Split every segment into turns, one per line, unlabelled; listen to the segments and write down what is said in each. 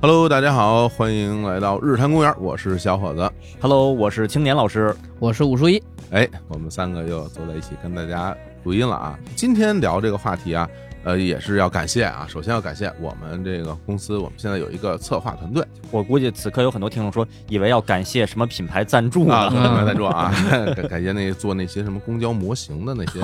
Hello，大家好，欢迎来到日坛公园，我是小伙子。
Hello，我是青年老师。
我是武书一，
哎，我们三个又坐在一起跟大家录音了啊。今天聊这个话题啊，呃，也是要感谢啊，首先要感谢我们这个公司，我们现在有一个策划团队
我估计此刻有很多听众说，以为要感谢什么品牌赞助
啊，
呢？嗯
特别赞助啊， 感感谢那做那些什么公交模型的那些，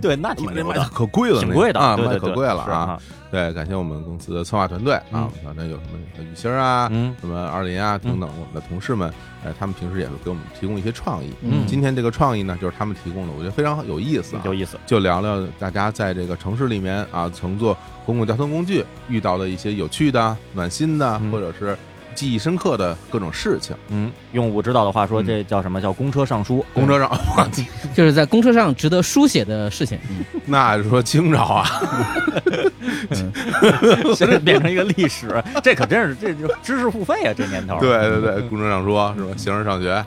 对，那 挺
买那
牛
卖的
的，
可贵了那个，
挺贵的
啊，
对
卖
对
得
对，
可贵了
是
啊。！对，感谢我们公司的策划团队啊，我们团队有什么雨欣儿啊，
嗯，
什么二林啊等等，我们的同事们，哎，他们平时也会给我们提供一些创意。
嗯
今天这个创意呢，就是他们提供的，我觉得非常有意思啊。
有意思。
就聊聊大家在这个城市里面啊，乘坐公共交通工具遇到的一些有趣的、暖心的，
嗯
或者是记忆深刻的各种事情。
嗯，用武指导的话说，
嗯
这叫什么叫公车 上书？
公车上，哇
就是在公车上值得书写的事情。
那说清朝 啊，
现在变成一个历史，这可真是这就知识付费啊！这年头，
对对对，公车上说是吧？形而上 学，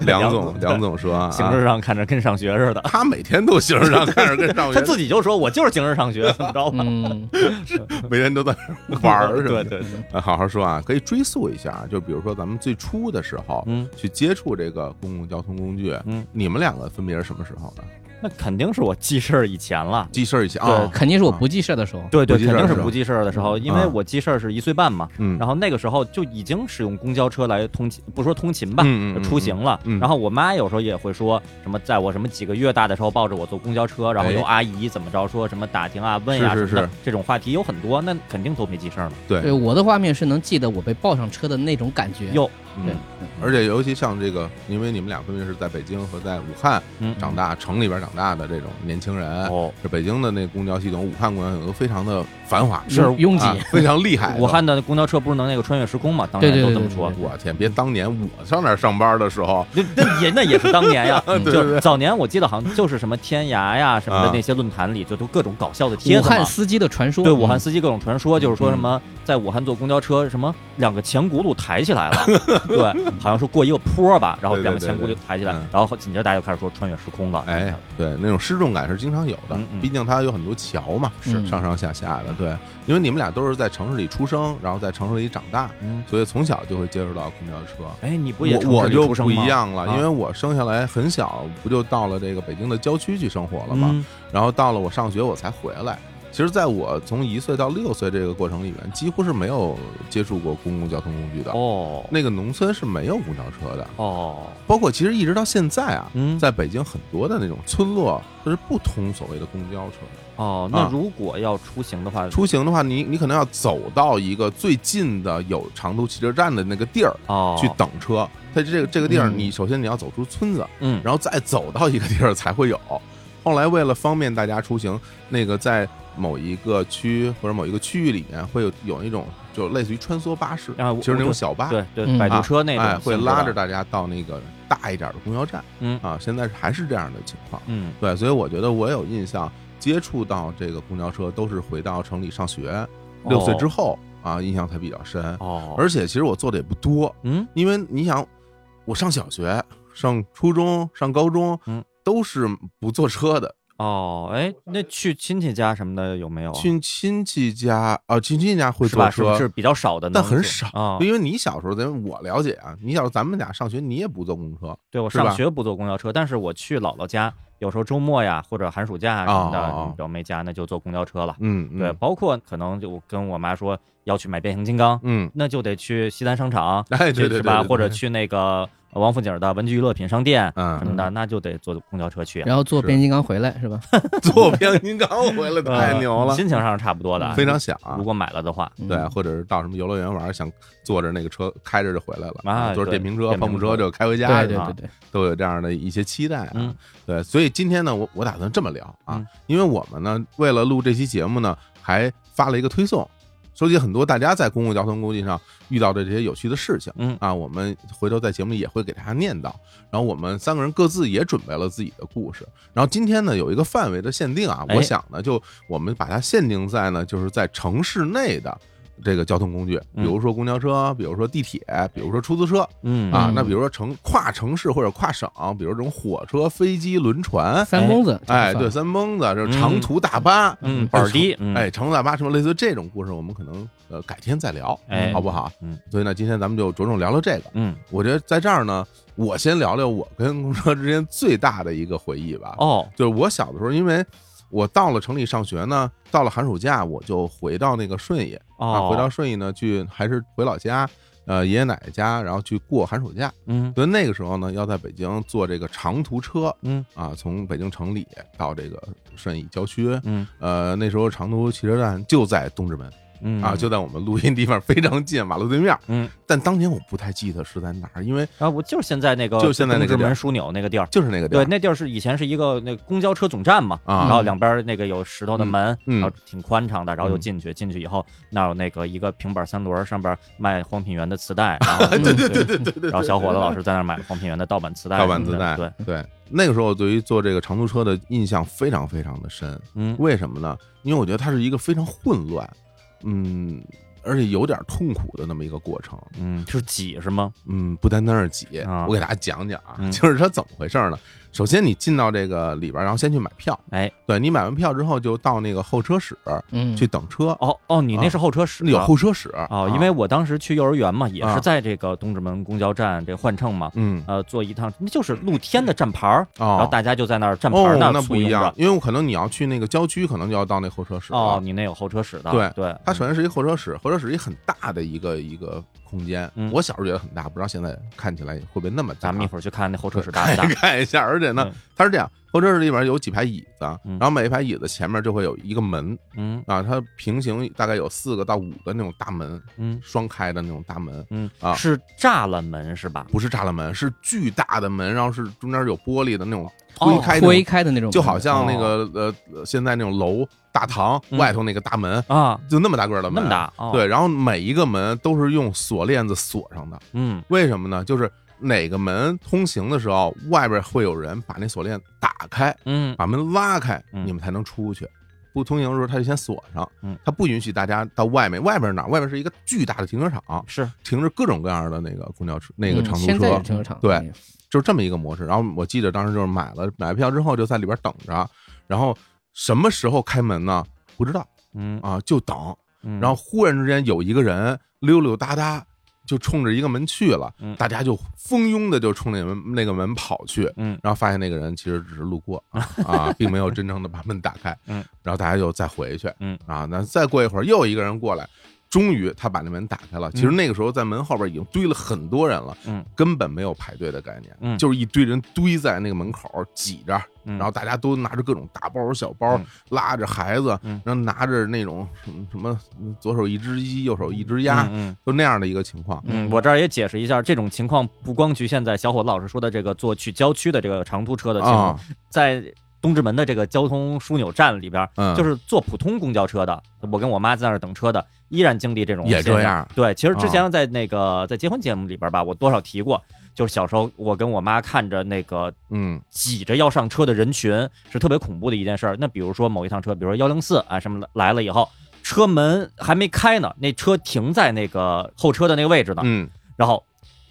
梁总，梁总说啊，
形式上看着跟上学似的。
他每天都形而上，看着跟上学，
他自己就说：“我就是形式上学，怎么
哦
着 吧
嗯，
每天都在那儿玩儿，是吧
对对对，
呃好好说啊，可以追溯一下，就比如说咱们最初的时候，
嗯，
去接触这个公共交通工具，
嗯，
你们两个分别是什么时候的？
那肯定是我记事儿以前了。
记事儿一下
对
啊，
肯定是我不记事儿的时候。
对对，
不记事
肯
儿的
定是
时候
不记事儿的时候，因为
啊
我记事儿是一岁半嘛，
嗯，
然
后
后那个时候就已经使用公交车来通勤，不说通勤吧，呃
嗯嗯嗯
出行了。
嗯
然后我妈有时候也会说什么，在我什么几个月大的时候抱着我坐公交车，然后
哎
有阿姨怎么着说什么打听啊、问呀、
是是
什么的
是，
这种话题有很多，那肯定都没记事儿了。
对
对，，我的画面是能记得我被抱上车的那种感觉。
哟，
嗯
对
而且尤其像这个，因为你们俩分别是在北京和在武汉
嗯，
长大，城里边长大的这种年轻人，
哦，
是北京的那公交系统，武汉公交系统都非常的繁华，
是
拥拥挤，
啊非常厉害。
武汉的公交车不是能那个穿越时空嘛？当
对
年
对
都这
对
么
对
说
对。
我天，别当年我上那儿上班的时候，
那那也那也是当年呀，
嗯
对
就
对
是
对，
早年我记得好像就是什么天涯呀什么
啊
的那些论坛里，就都各种搞笑的帖
武
子嘛
汉。司机的传说。
对武汉
嗯
司机各种传说，就是
嗯
说什么在武汉坐公交车，什么两个前轱辘抬起来了， 对，好像是过一个坡吧，然后
对对
两个前轱辘抬起来
对对嗯，
然后紧接着大家就开始说穿越时空了，
哎，对，那种失重感是经常有的
嗯，嗯
毕竟它有很多桥嘛，
是
上上下下的。对，因为你们俩都是在城市里出生，然后在城市里长大，
嗯，
所以从小就会接触到公交车。
哎，你不也
我我
城市里
就
出生
不
吗
一样了，
啊
因为我生下来很小，不就到了这个北京的郊区去生活了嘛。
嗯
然后到了我上学，我才回来。其实，在我从一岁到六岁这个过程里面，几乎是没有接触过公共交通工具的。
哦
那个农村是没有公交车的，
哦，
包括其实一直到现在啊，
嗯
在北京很多的那种村落，它是不通所谓的公交车的。
哦，
啊
那如果要出行的话，
出行的话，你你可能要走到一个最近的有长途汽车站的那个地儿
哦
去等车。它这个这个地儿，
嗯
你首先你要走出村子，
嗯，
然后再走到一个地儿才会有。后来为了方便大家出行，那个在某一个区或者某一个区域里面会有有一种就类似于穿梭巴士，
啊我
就是那种小巴，
对对，
嗯
摆渡
啊
车那
哎
种
会拉着
的，
大家到那个大一点的公交站。
嗯
啊，现在还是这样的情况。
嗯
对，所以我觉得我有印象，接触到这个公交车都是回到城里上学，六岁之后、啊，印象才比较深。
哦，
而且其实我做的也不多，
嗯
因为你想，我上小学、上初中、上高中，
嗯
都是不坐车的，
哦，哎，那去亲戚家什么的有没有啊？
去亲戚家啊，去亲戚家会
是
坐
吧？是
车，
是比较少的能坐，
但很少。
啊。
因为你小时候，咱我了解啊，你小时候咱们俩上学，你也不坐公车，
对我
是
上
吧
学不坐公交车，但是我去姥姥家，有时候周末呀或者寒暑假啊什么的，
哦哦哦
表妹家那就坐公交车了。
嗯，嗯
对，，包括可能就跟我妈说要去买变形金刚，
嗯，
那就得去西单商场，
哎，
去
对对对
是吧？
对
或者
对
去那个呃王府井的文具娱乐品商店什
嗯，
么的，那就得坐公交车去。
嗯
呃
然后坐
是
变形金刚回来是吧？
坐变形金刚回来太
呃
牛了，
心情上是差不多的。
非常想啊
如。果买了的话，
对，
嗯
或者是到什么游乐园玩，想坐着那个车开着就回来了，
啊
坐着
对
电瓶车、
电
碰碰
瓶
车
车
就开回家，
对对
啊
对对，
都有这样的一些期待啊。
嗯
对，所以今天呢，我我打算这么聊啊，
嗯
因为我们呢，为了录这期节目呢，还发了一个推送，收集很多大家在公共交通工具上遇到的这些有趣的事情。
嗯
啊，我们回头在节目里也会给大家念叨。然后我们三个人各自也准备了自己的故事。然后今天呢，有一个范围的限定啊，
哎
我想呢，就我们把它限定在呢，就是在城市内的这个交通工具，比如说公交车，比如说地铁，比如说出租车
嗯
啊
嗯。
那比如说城跨城市或者跨省，比如这种火车、飞机、轮船，
三公子，
哎，
这
对，
个算，
三蹦子，就是
嗯
长途大巴，
嗯，板儿低，嗯
哎，长途大巴什么类似这种故事，我们可能呃改天再聊，
哎
好不好？
嗯，
所以呢，今天咱们就着重聊聊这个。
嗯
我觉得在这儿呢，我先聊聊我跟公车之间最大的一个回忆吧。
哦
就是我小的时候，因为我到了城里上学呢，到了寒暑假我就回到那个顺义啊，
哦，
回到顺义呢去还是回老家，呃爷爷奶奶家，然后去过寒暑假。
嗯
所以那个时候呢，要在北京坐这个长途车
嗯
啊，从北京城里到这个顺义郊区。
嗯
呃，那时候长途汽车站就在东直门
嗯
啊，就在我们录音地方非常近，马路对面。
嗯
但当年我不太记得是在哪儿，因为
啊，我就是现在那个
就现在那个
东直
地儿
门枢纽那个地儿。
就是那个地
对，
儿。
那地儿是以前是一个那个公交车总站嘛，
啊
然后两边儿那个有石头的门，
嗯嗯
然后挺宽敞的，然后就
嗯
进去，进去以后那儿有那个一个平板三轮儿，上边儿卖黄品源的 磁带，然后
对对对对对对。
然后小伙子老师在那儿买黄品源的盗版磁带什
盗
么的，
版磁带，
对，
对。那个时候，对于坐这个长途车的印象非常非常的深，
嗯
为什么呢？因为我觉得它是一个非常混乱，嗯，而且有点痛苦的那么一个过程，
嗯，是挤是吗？
嗯，不单单是挤，
啊
我给大家讲讲啊，
嗯
就是它怎么回事呢？首先你进到这个里边儿，然后先去买票，
哎，
对你买完票之后就到那个候车室
嗯，
去等车，
哦哦，你
啊
那是候车室、
有候车室
哦，因为我当时去幼儿园嘛，也
啊
是在这个东直门公交站这换乘嘛，
嗯
呃，坐一趟，那就是露天的站牌儿，然后
哦。
大家就在那儿站牌
哦
儿，儿
那
簇
不
拥
一样
着，。
因为可能你要去那个郊区，可能就要到那候车室了
哦，你那有候车室的，
对
对，
它首先是一候车室，候车室是一很大的一个一个空间。
嗯
我小时候觉得很大，不知道现在看起来会不会那么大。
咱 们一会儿去看那候车室大不大
看？看一下，而且呢
嗯，
它是这样，候车室里边有几排椅子，
嗯
然后每一排椅子前面就会有一个门
嗯
啊，它平行大概有四个到五个那种大门，
嗯
双开的那种大门，
嗯
啊
是栅栏门是吧？
不是栅栏门，是巨大的门，然后是中间有玻璃的那种
哦
推开那
推
种，
开的那种，哦
就好像那个呃呃现在那种楼大堂
嗯
外头那个大门，
啊，
就那么大个儿的
那
门，
么大，哦，
对，然后每一个门都是用锁链子锁上的，
嗯
为什么呢？就是哪个门通行的时候，外边会有人把那锁链打开，
嗯
把门拉开，
嗯
你们才能出去。不通行的时候，他就先锁上
嗯，
他不允许大家到外面。外面哪？外面是一个巨大的停车场，
是
停着各种各样的那个公交车、那
嗯
个长途
现在
车
是，停车场，
对
嗯，
就是这么一个模式。然后我记得当时就是买了买了票之后，就在里边等着，然后什么时候开门呢？不知道
嗯，
啊，就等。
嗯
然后忽然之间有一个人溜溜达达就冲着一个门去了
嗯，
大家就蜂拥的就冲那门那个门跑去，
嗯
然后发现那个人其实只是路 过啊啊，并没有真正的把门打开，
嗯，
然后大家又再回去，
嗯
啊，那再过一会儿又一个人过来。终于，他把那门打开了。其实
嗯
那个时候，在门后边已经堆了很多人了，
嗯，
根本没有排队的概念，
嗯
就是一堆人堆在那个门口挤着，
嗯
然后大家都拿着各种大包小包，
嗯
拉着孩子，
嗯
然后拿着那种什么什么嗯左手一只鸡，右手一只鸭，
嗯嗯
就那样的一个情况。
嗯，
嗯
我这儿也解释一下，这种情况不光局限在小伙子老师说的这个坐去郊区的这个长途车的情况，
啊，
在东直门的这个交通枢纽站里边，
嗯，
就是是坐普通公交车的，我跟我妈在那儿等车的，依然经历这种
也
现象
这。样，啊
对，其实之前在那个在结婚节目里边吧，我多少提过，就是小时候我跟我妈看着那个
嗯
挤着要上车的人群是特别恐怖的一件事儿。那比如说某一趟车，比如说幺零四啊什么的来了以后，车门还没开呢，那车停在那个后车的那个位置呢，
嗯
然后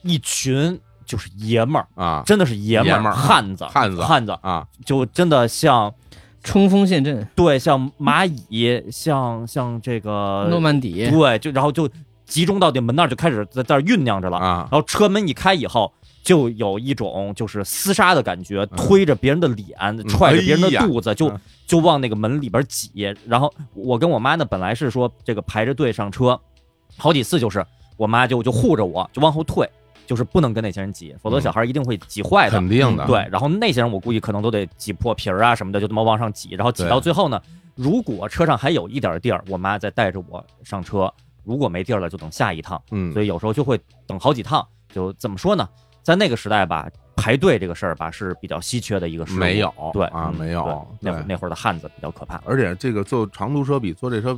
一群就是爷们儿，
啊
真的是爷们
爷们儿
汉子，
汉子
汉子，
啊，
就真的像
冲锋陷阵，
对，像蚂蚁，像像这
呃
个
诺曼底，
对，就然后就集中到这门那儿就开始在在那儿酝酿着了，
啊
然后车门一开以后。就有一种就是厮杀的感觉，推着别人的脸，踹着别人的肚子，就
嗯
就往那个门里边挤。然后我跟我妈呢，本来是说这个排着队上车，好几次就是我妈就就护着我，就往后退，就是不能跟那些人挤，否则
嗯
小孩一定会挤坏的。嗯
肯定的，
对，然后那些人我估计可能都得挤破皮儿啊什么的，就这么往上挤，然后挤
对
到最后呢，如果车上还有一点地儿，我妈再带着我上车；如果没地儿了，就等下一趟。
嗯，
所以有时候就会等好几趟。就怎么说呢，在那个时代吧，排队这个事儿吧是比较稀缺的一个事物。
没有
对
啊
嗯
没有
对那会儿
对
那会儿的汉子比较可怕。
而且这个坐长途车比坐这车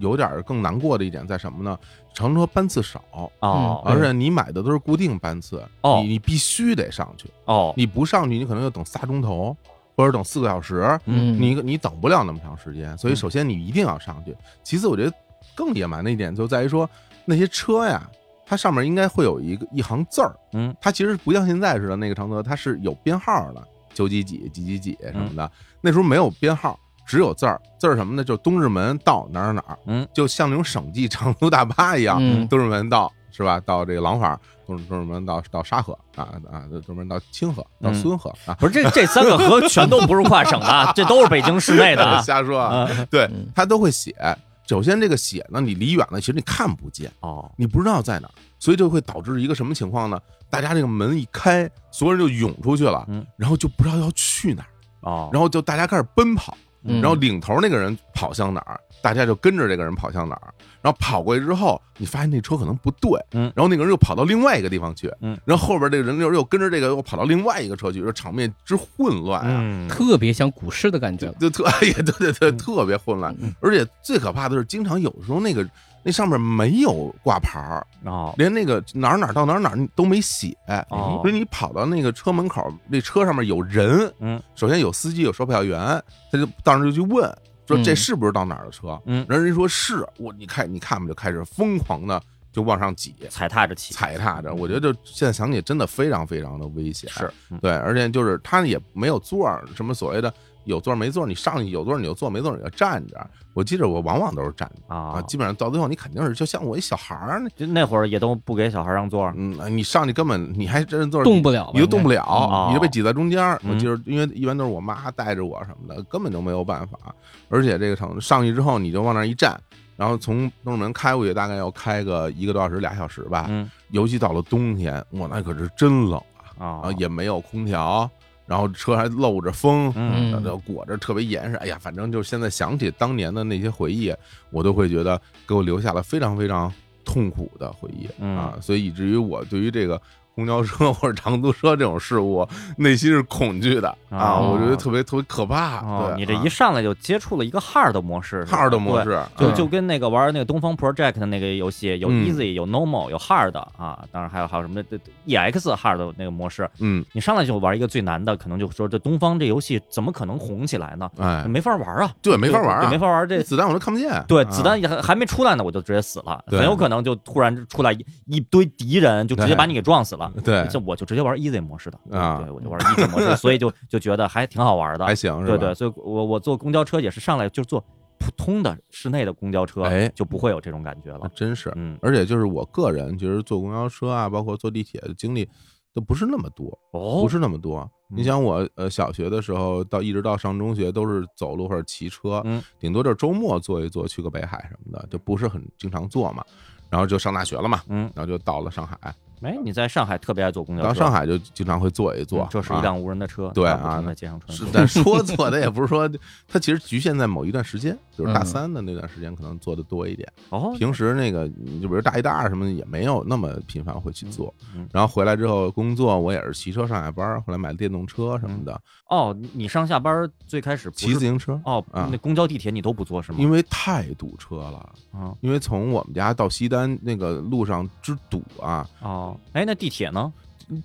有点儿更难过的一点在什么呢？长途车班次少。
哦，
而且你买的都是固定班次，
哦
你你必须得上去，
哦，
你不上去，你可能要等仨钟头，或者等四个小时，
嗯
嗯，
你你等不了那么长时间，所以
嗯
首先你一定要上去。其次，我觉得更野蛮的一点就在于说，那些车呀，它上面应该会有一个一行字儿，
嗯，
它其实不像现在似的那个长泽，它是有编号的，九几几几几几什么的，那时候没有编号。只有字儿，字儿什么呢？就东直门到哪儿哪儿哪儿，
嗯，
就像那种省际长途大巴一样，
嗯
东直门到是吧？到这个廊坊，东东直门到到沙河啊啊，东直门到清河，到
嗯
孙河啊，
不是这这三个河全都不是跨省 的啊，这都是北京市内的啊。
瞎说啊，
嗯
对
嗯
他都会写。首先这个写呢，你离远了，其实你看不见，
哦，
你不知道在哪儿，所以就会导致一个什么情况呢？大家这个门一开，所有人就涌出去了
嗯，
然后就不知道要去哪儿，
哦，
然后就大家开始奔跑。
嗯
然后领头那个人跑向哪儿，大家就跟着这个人跑向哪儿。然后跑过去之后，你发现那车可能不对，
嗯
然后那个人又跑到另外一个地方去，
嗯，
然后后边这个人又又跟着这个又跑到另外一个车去，这场面之混乱啊，
嗯，
特别像股市的感觉
就就
了。
特 也对对对，
嗯
特别混乱
嗯。
而且最可怕的是，经常有时候那个那上面没有挂牌儿，
哦，
连那个哪儿哪儿到哪儿哪儿都没写，
哦
所以你跑到那个车门口，那车上面有人，
嗯，
首先有司机有售票员，他就当时就去问说
嗯
这是不是到哪儿的车？
嗯
然后人家说是，我你看你看吧，就开始疯狂的就往上挤，
踩踏着骑，
踩踏着。我觉得就现在想起真的非常非常的危险，
是，嗯
对，而且就是他也没有座儿，什么所谓的有座儿没座儿，你上去有座儿你就坐，没座儿你就站着。我记着我往往都是站着。啊，
啊，
基本上到最后，你肯定是就像我一小孩儿，那
就那会儿也都不给小孩让座，
嗯，你上去根本你还真是坐着
动不了吧，
你就动不了，啊
哦
你就被挤在中间儿。
嗯
我记得，因为一般都是我妈带着我什么的，根本就没有办法。而且这个城上去之后，你就往那儿一站，然后从东直门开过去，大概要开个一个多小时、俩小时吧。
嗯
尤其到了冬天，哇，那可是真冷啊！
啊
啊，也没有空调，然后车还漏着风，
嗯
然后裹着特别严实。哎呀，反正就是现在想起当年的那些回忆，我都会觉得给我留下了非常非常痛苦的回忆
嗯
啊，所以以至于我对于这个。公交车或者长途车这种事物，内心是恐惧的啊，
哦
我觉得特别特别可怕。
哦
对，啊
你这一上来就接触了一个 hard 的模式是吧
号的模
对
式，
就
嗯
就跟那个玩那个东方 Project 的那个游戏，有
嗯
easy，有 normal，有 hard 啊，当然还有还有什么的 EX hard 的那个模式，
嗯，
你上来就玩一个最难的，可能就说这东方这游戏怎么可能红起来呢？
哎，
没法玩啊，
对，没法玩
对没
啊，
法 玩这。
子弹我都看不见。
对，
啊
子弹也还还没出来呢，我就直接死了，
对
很有可能就突然出来一一堆敌人，就直接把你给撞死了。
对
这我就直接玩 easy 模式的
啊
对，我就玩 easy 模式，所以就就觉得还挺好玩的
还。行是吧？
对对，所以我我坐公交车也是上来就坐普通的室内的公交车，
哎
就不会有这种感觉了。
真是。
嗯，
而且就是我个人，其实坐公交车啊，包括坐地铁的经历都不是那么多，
哦，
不是那么多。
嗯
你想我呃小学的时候到一直到上中学都是走路或者骑车，
嗯
顶多就是周末坐一坐去个北海什么的，就不是很经常坐嘛。然后就上大学了嘛，
嗯，
然后就到了上海，
哎，你在上海特别爱坐公交车，
到上海就经常会坐一坐
嗯。这是一
啊
辆嗯无人的车，
对
它不
啊
停在街上穿
是
梭。
但说坐的也不是说， 它其实局限在某一段时间，比如大
嗯
三的那段时间可能坐的多一点。
哦，
平时那个，你就比如大一、大二什么的，也没有那么频繁会去做
嗯嗯。
然后回来之后工作，我也是骑车上下班儿，后来买了电动车什么的，
哦，你你上下班最开始不是
骑自行车，
哦，
啊
那公交地铁你都不坐是吗？
因为太堵车了。
啊
因为从我们家到西单那个路上之堵啊，
哦，哎，那地铁呢？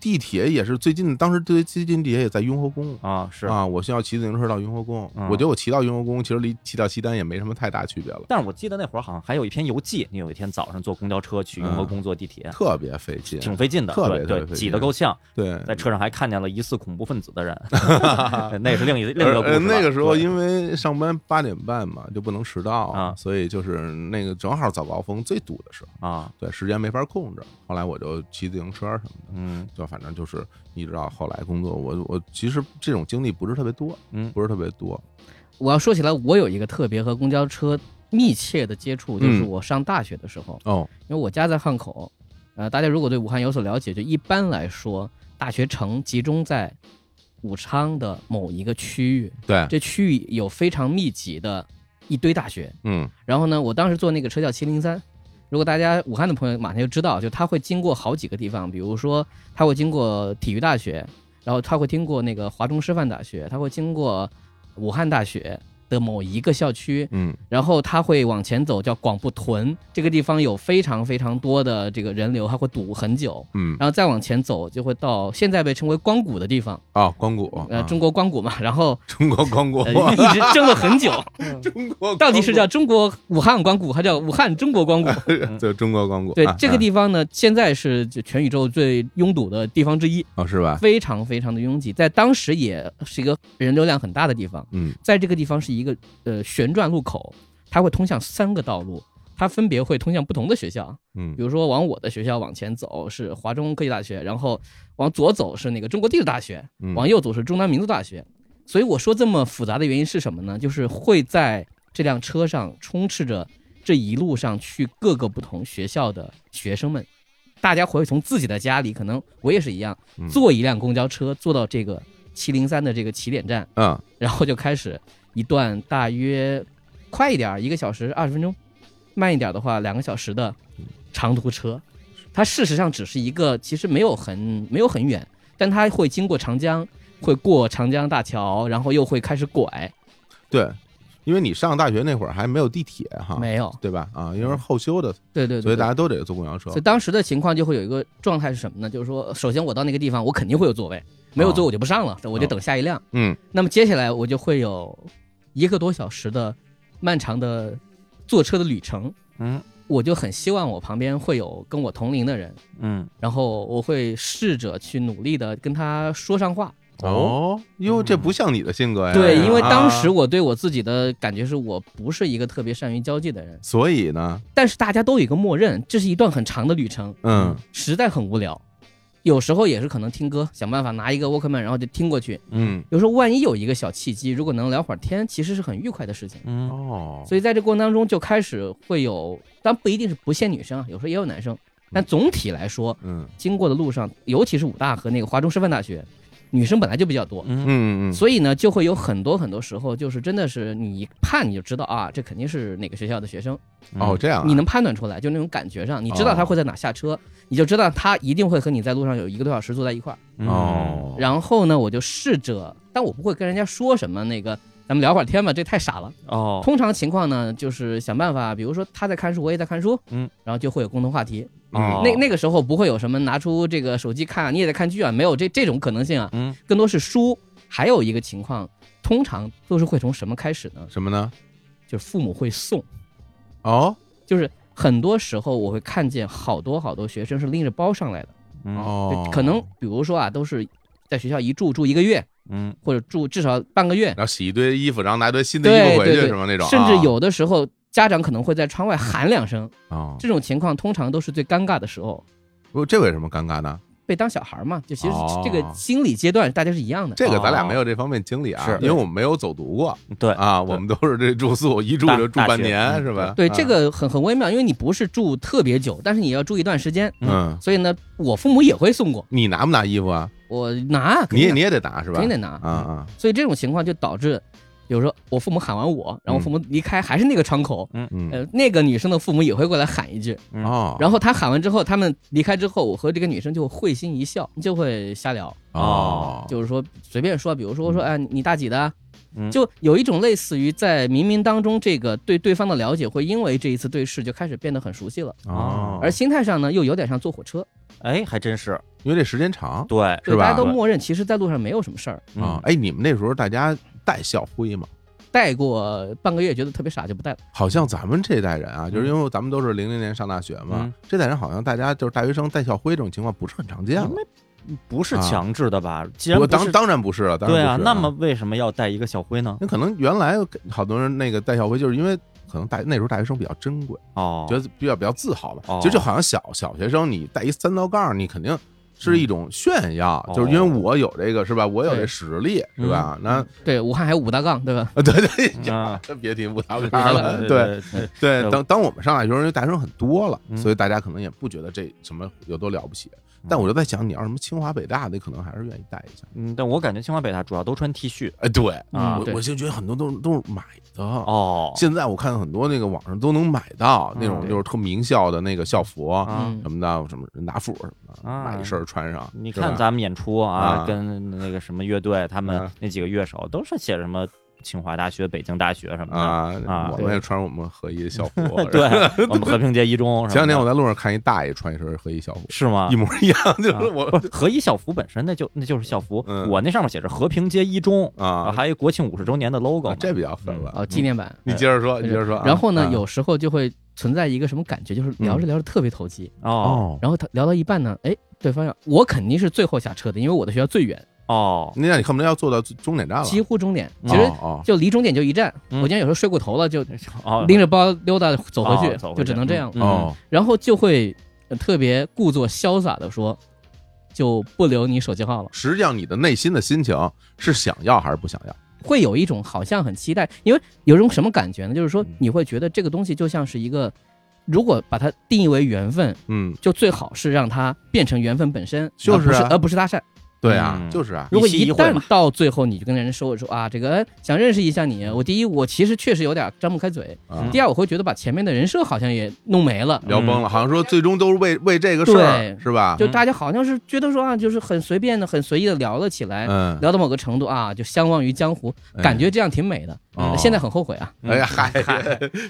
地铁也是最近，当时最最近地铁也在雍和宫。
啊，是，
啊，我需要骑自行车到雍和宫。
嗯
我觉得我骑到雍和宫，其实离骑到西单也没什么太大区别了，
但是我记得那会儿好像还有一篇游记，你有一天早上坐公交车去雍和宫坐地铁，
特别费劲。
挺费劲的，
嗯特别
对
特别费
对，挤
劲
得够呛，
对，
在车上还看见了疑似恐怖分子 的人，那是另一另一个
呃
故事了。
呃那个时候
对
因为上班八点半嘛，就不能迟到
啊
所以就是那个正好早高峰最堵的时候，
啊，
对时间没法控制。后来我就骑自行车什么的，
嗯
就反正就是一直到后来工作，我我其实这种经历不是特别多，
嗯
不是特别多。
我要说起来，我有一个特别和公交车密切的接触，就是
嗯
我上大学的时候，
哦，
因为我家在汉口。呃，大家如果对武汉有所了解，就一般来说，大学城集中在武昌的某一个区域，
对，
这区域有非常密集的一堆大学。
嗯
然后呢，我当时坐那个车叫七零三。如果大家武汉的朋友马上就知道，就它会经过好几个地方，比如说它会经过体育大学，然后它会经过那个华中师范大学，它会经过武汉大学，的某一个校区，
嗯
然后它会往前走，叫广布屯这个地方有非常非常多的这个人流，它会堵很久。
嗯
然后再往前走，就会到现在被称为光谷的地方，
啊，光谷
呃，
啊
中国光谷嘛。然后、
中国光谷
呃、，一直争了很久，
中国
到底是叫中国武汉光谷，还叫武汉中国光谷？
对中国光谷，
对
啊，
这个地方呢，现在是就全宇宙最拥堵的地方之一，
啊哦是吧？
非常非常的拥挤，在当时也是一个人流量很大的地方。
嗯
在这个地方是一个呃旋转路口，它会通向三个道路，它分别会通向不同的学校。
嗯
比如说往我的学校往前走是华中科技大学，然后往左走是那个中国地质大学，
嗯，
往右走是中南民族大学。所以我说这么复杂的原因是什么呢？就是会在这辆车上充斥着这一路上去各个不同学校的学生们，大家会从自己的家里，可能我也是一样
嗯，
坐一辆公交车坐到这个七零三的这个起点站，
嗯
然后就开始一段大约快一点儿一个小时二十分钟，慢一点儿的话两个小时的长途车。它事实上只是一个，其实没有很没有很远，但它会经过长江，会过长江大桥，然后又会开始拐，
对，因为你上大学那会儿还没有地铁哈，
没有，
对吧？啊，因为是后修的，
对对对
所以大
对
家都得坐公交车
所以。当时的情况就会有一个状态是什么呢？就是说，首先我到那个地方，我肯定会有座位，没
啊
有座位我就不上了，我就等下一辆。
嗯
那么接下来我就会有一个多小时的漫长的坐车的旅程。
嗯，
我就很希望我旁边会有跟我同龄的人，
嗯，
然后我会试着去努力的跟他说上话。
哦哟，这不像你的性格呀。
嗯对，因为
啊
当时我对我自己的感觉是我不是一个特别善于交际的人，
所以呢，
但是大家都有一个默认，这是一段很长的旅程，
嗯
实在很无聊。有时候也是可能听歌，想办法拿一个 Walkman，然后就听过去。
嗯
有时候万一有一个小契机，如果能聊会儿天，其实是很愉快的事情。
嗯，
哦，
所以在这过程当中就开始会有，但不一定是不限女生，啊，有时候也有男生。但总体来说，
嗯
经过的路上，尤其是武大和那个华中师范大学，女生本来就比较多，
嗯嗯嗯，
所以呢，就会有很多很多时候，就是真的是你一看你就知道啊，这肯定是哪个学校的学生，
哦
嗯
这样啊，哦
你能判断出来，就那种感觉上，你知道他会在哪下车，你就知道他一定会和你在路上有一个多小时坐在一块儿。
嗯，
哦，
然后呢，我就试着，但我不会跟人家说什么那个，咱们聊会儿天吧，这太傻了。
哦，
通常情况呢，就是想办法，比如说他在看书，我也在看书，
嗯，
然后就会有共同话题。
哦
那那个时候不会有什么拿出这个手机看、啊，你也在看剧啊，没有这这种可能性啊，
嗯，
更多是书。还有一个情况，通常都是会从什么开始呢？
什么呢？
就是父母会送，嗯
哦
就是很多时候我会看见好多好多学生是拎着包上来的，
嗯
哦，
可能比如说啊，都是在学校一住住一个月，
嗯，
或者住至少半个月
然，后洗一堆衣服，然后拿一堆新的衣服回
对
去，
对
什么那种啊，
甚至有的时候家长可能会在窗外喊两声，
哦，
这种情况通常都是最尴尬的时候。
不，这为什么尴尬呢？
被当小孩儿嘛，就其实
哦嗯
这个心理阶段大家是一样的。
这个咱俩
哦
没有这方面经历啊，
是
哦
因为我们没有走读过
对，
啊，我们都是这住宿一住
大
就住半
大
年，
学
是吧？
嗯对，
啊
这个很很微妙，因为你不是住特别久，但是你要住一段时间。
嗯，
所以呢，我父母也会送过，
你拿不拿衣服啊？
我拿，
你也你
也
也得拿是吧？
肯定得
啊
拿。嗯
啊，
所以这种情况就导致，比如说我父母喊完我，然后我父母离开，还是那个窗口，
嗯
呃，那个女生的父母也会过来喊一句，
嗯
哦，
然后他喊完之后，他们离开之后，我和这个女生就会会心一笑，就会瞎聊。
哦，
就是说随便说，比如说我说，哎，你大几的
嗯？
就有一种类似于在冥冥当中，这个对对方的了解会因为这一次对视就开始变得很熟悉了，
哦，
而心态上呢又有点像坐火车，
哎，还真是，
因为这时间长
对，
是吧
对大家都默认其实在路上没有什么事儿，
嗯
啊，，哎，你们那时候大家带校徽吗？
带过半个月觉得特别傻就不带了。
好像咱们这代人啊，就是因为咱们都是零零年上大学嘛
嗯，
这代人好像大家就是大学生带校徽这种情况不是很常见了
因。为不是
啊
强制的吧？既然
我
不
当
是，
当然不是了，当然
对啊，
不是
那么为什么要带一个小徽呢？
那可能原来好多人那个带校徽，就是因为可能大那时候大学生比较珍贵，
哦，
觉得比较比较自豪吧。
哦
其实就好像小小学生你带一三道杠，你肯定是一种炫耀，
嗯
就是因为我有这个是吧？我有这
对
实力是吧？那
对，武汉还有五大杠，对吧？
啊对对，
啊
这别提五大
对
杠了，
对
对。
对对，
对，
对
当当我们上大学的时候，因为大学生很多了，
嗯
所以大家可能也不觉得这什么有多了不起。但我就在想，你要什么清华北大的，可能还是愿意带一下。
嗯，但我感觉清华北大主要都穿 T 恤
哎，对，
啊
我
对
我就觉得很多都是都是买的
哦，
现在我看很多那个网上都能买到那种
嗯
就是特名校的那个校服
啊
嗯
什么的，什么人大附什么的，
啊
买一身穿上。
你
是吧
看咱们演出啊
啊，
跟那个什么乐队，他
嗯
们那几个乐手都是写着什么清华大学、北京大学什么的。
啊
啊。
我们也穿着我们合一的校服
对， 我们和平街一中什么的。
前两天我在路上看一大爷穿一身合一校服，
是吗
一？模一样，就
啊
是我
不是和一校服本身那就那就是校服，
嗯
我那上面写着和平街一中，
啊，
还有国庆五十周年的 logo
啊
嘛。嗯
这比较分了。
哦，纪念版。
你接着说，你接着说啊。
然后呢
啊，
有时候就会存在一个什么感觉，就是聊着聊着特别投机，
哦
哦，
然后他聊到一半呢，哎，对方要我肯定是最后下车的，因为我的学校最远，
哦，
那你恨不得要坐到终点站了。
几乎终点，
嗯
其实
啊哦哦
就离终点就一站。
嗯
我今天有时候睡过头了，就
哦
拎着包溜达走回去
哦，走回去
就只能这样。
嗯
哦，
然后就会呃特别故作潇洒的说，就不留你手机号了。
实际上你的内心的心情是想要还是不想要？
会有一种好像很期待，因为有一种什么感觉呢？就是说
嗯
你会觉得这个东西就像是一个，如果把它定义为缘分，
嗯，
就最好是让它变成缘分本身，
就是啊
而不是而不是搭讪。
对啊
嗯，
就是啊，
如果
一期一
一
会
旦
嘛
到最后，你就跟人说说啊，这个哎想认识一下你，我第一我其实确实有点张不开嘴，
啊
第二我会觉得把前面的人设好像也弄没了。
聊崩了，好像说最终都是为为这个事儿
嗯对，
是吧？
就大家好像是觉得说啊，就是很随便的、很随意的聊了起来，
嗯，哎
聊到某个程度啊，就相忘于江湖，感觉这样挺美的。
哦
现在很后悔啊，
哎呀嗨，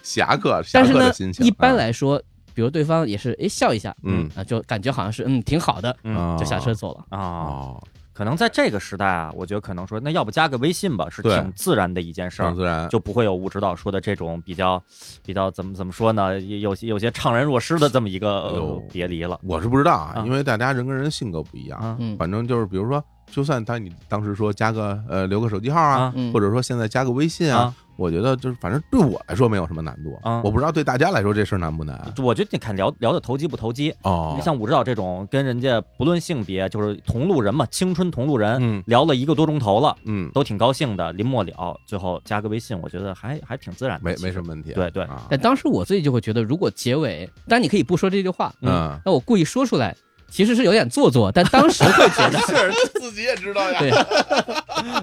侠客，侠
但是
客
呢
的心，情啊
一般来说，比如对方也是哎笑一下，
嗯
啊，就感觉好像是嗯挺好的，
嗯
就下车走了。
啊，
哦，
可能在这个时代啊，我觉得可能说那要不加个微信吧，是
对嗯
挺自然的一件事儿
很。自然，
就不会有吴指导说的这种比较比较怎么怎么说呢，有些有些怅然若失的这么一个、
哎呦
呃、别离了
我是不知道啊
啊，
因为大家人跟人性格不一样，
啊
嗯
反正就是比如说，就算他你当时说加个呃留个手机号啊，
嗯，
或者说现在加个微信啊
啊，
我觉得就是反正对我来说没有什么难度
啊
我不知道对大家来说这事儿难不难
我觉得你看聊聊的投机不投机，
哦
你，像武指导这种跟人家不论性别，就是同路人嘛，青春同路人，
嗯
聊了一个多钟头了，
嗯，
都挺高兴的，临末了，最后加个微信，我觉得还还挺自然的，
没
其实
没什。么问题，
对对
啊
但当时我自己就会觉得，如果结尾，但你可以不说这句话，
嗯，。
那我故意说出来，其实是有点做作，但当时会觉得
是自己也知道呀
对，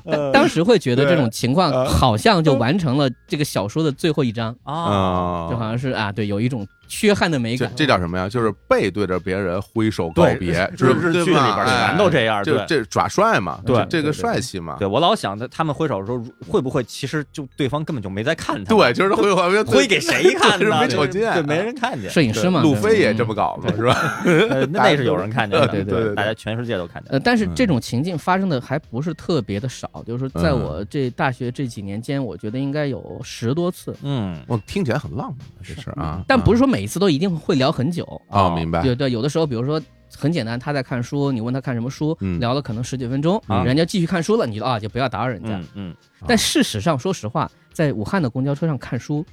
但当时会觉得这种
嗯
情
对
况
啊
好像就完成了这个小说的最后一章，
啊，
啊，
就好像是啊，对，有一种缺憾的美
这
感。
这叫什么呀？就是背对着别人挥手告别，
日
是
日
对
剧里
吧
边
哎
全都这样，
这
对。
这耍帅嘛，
对
这这
对
个
对
帅气嘛，
对我老想着他们挥手的时候，会不会其实就对方根本就没在看他们？
对，就是挥 挥
挥给谁看
就是
呢？
没瞅见，
对，没人看见。
摄影师嘛，
路
对
飞也
嗯
这么搞嘛，是吧？
呃那那是有人看见的，
对
对
对
大家全世界都看见
呃，
了。
但是这
嗯
种情境发生的还不是特别的少，就是说在我
嗯
这大学这几年间，我觉得应该有十多次，嗯
嗯，
我听起来很浪漫，这事儿啊，
但不是
是
说每一次都一定会聊很久。
哦，明白，
对对，有的时候，比如说很简单，他在看书，你问他看什么书，
嗯
聊了可能十几分钟，
啊
人家继续看书了，你就啊就不要打扰人家。
嗯嗯，
但事实上，说实话，在武汉的公交车上看书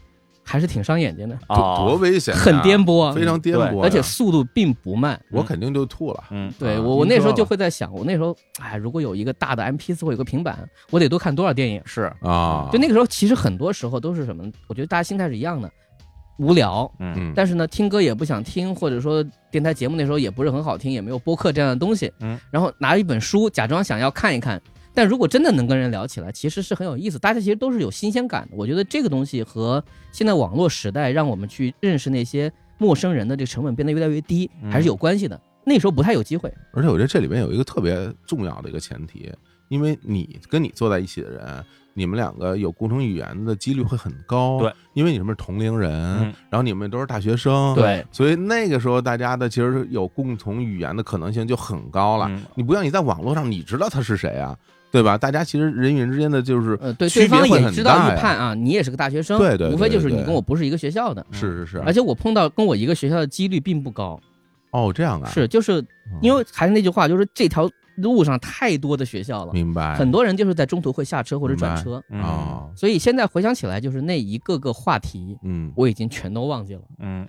还是挺伤眼睛的，
多多
哦，
危险啊，
很颠簸啊，
非常颠簸呀，
而且速度并不慢。
我肯定就吐了，
嗯，
对
啊
我，我那时候
您
就
说吧
会在想，我那时候，哎，如果有一个大的 M P 四或有个平板，我得多看多少电影？
是，
啊，
嗯就那个时候，其实很多时候都是什么呢？我觉得大家心态是一样的，无聊，
嗯
嗯，
但是呢，听歌也不想听，或者说电台节目那时候也不是很好听，也没有播客这样的东西。
嗯，
然后拿一本书，假装想要看一看。但如果真的能跟人聊起来，其实是很有意思。大家其实都是有新鲜感的。我觉得这个东西和现在网络时代让我们去认识那些陌生人的这个成本变得越来越低，
嗯
还是有关系的。那时候不太有机会。
而且我觉得这里面有一个特别重要的一个前提，因为你跟你坐在一起的人，你们两个有共同语言的几率会很高，
对，
因为你们是同龄人，
嗯
然后你们都是大学生，，
对，
所以那个时候大家的其实有共同语言的可能性就很高了。
嗯
你不像你在网络上，你知道他是谁啊，对吧？大家其实人与人之间的就是，
呃，对，
区别
对方
会
也
很
知道
大
预
呀
判啊，你也是个大学生，
对对对
无非就是
对
你
对
跟我不是一个学校的。
是是是，
嗯
啊
而且我碰到跟我一个学校的几率并不高，
哦，这样啊，
是就是
嗯
因为还是那句话，就是这条路上太多的学校了，
明白
很多人就是在中途会下车或者转车，
嗯
哦，
所以现在回想起来，就是那一个个话题，
嗯
我已经全都忘记了。
嗯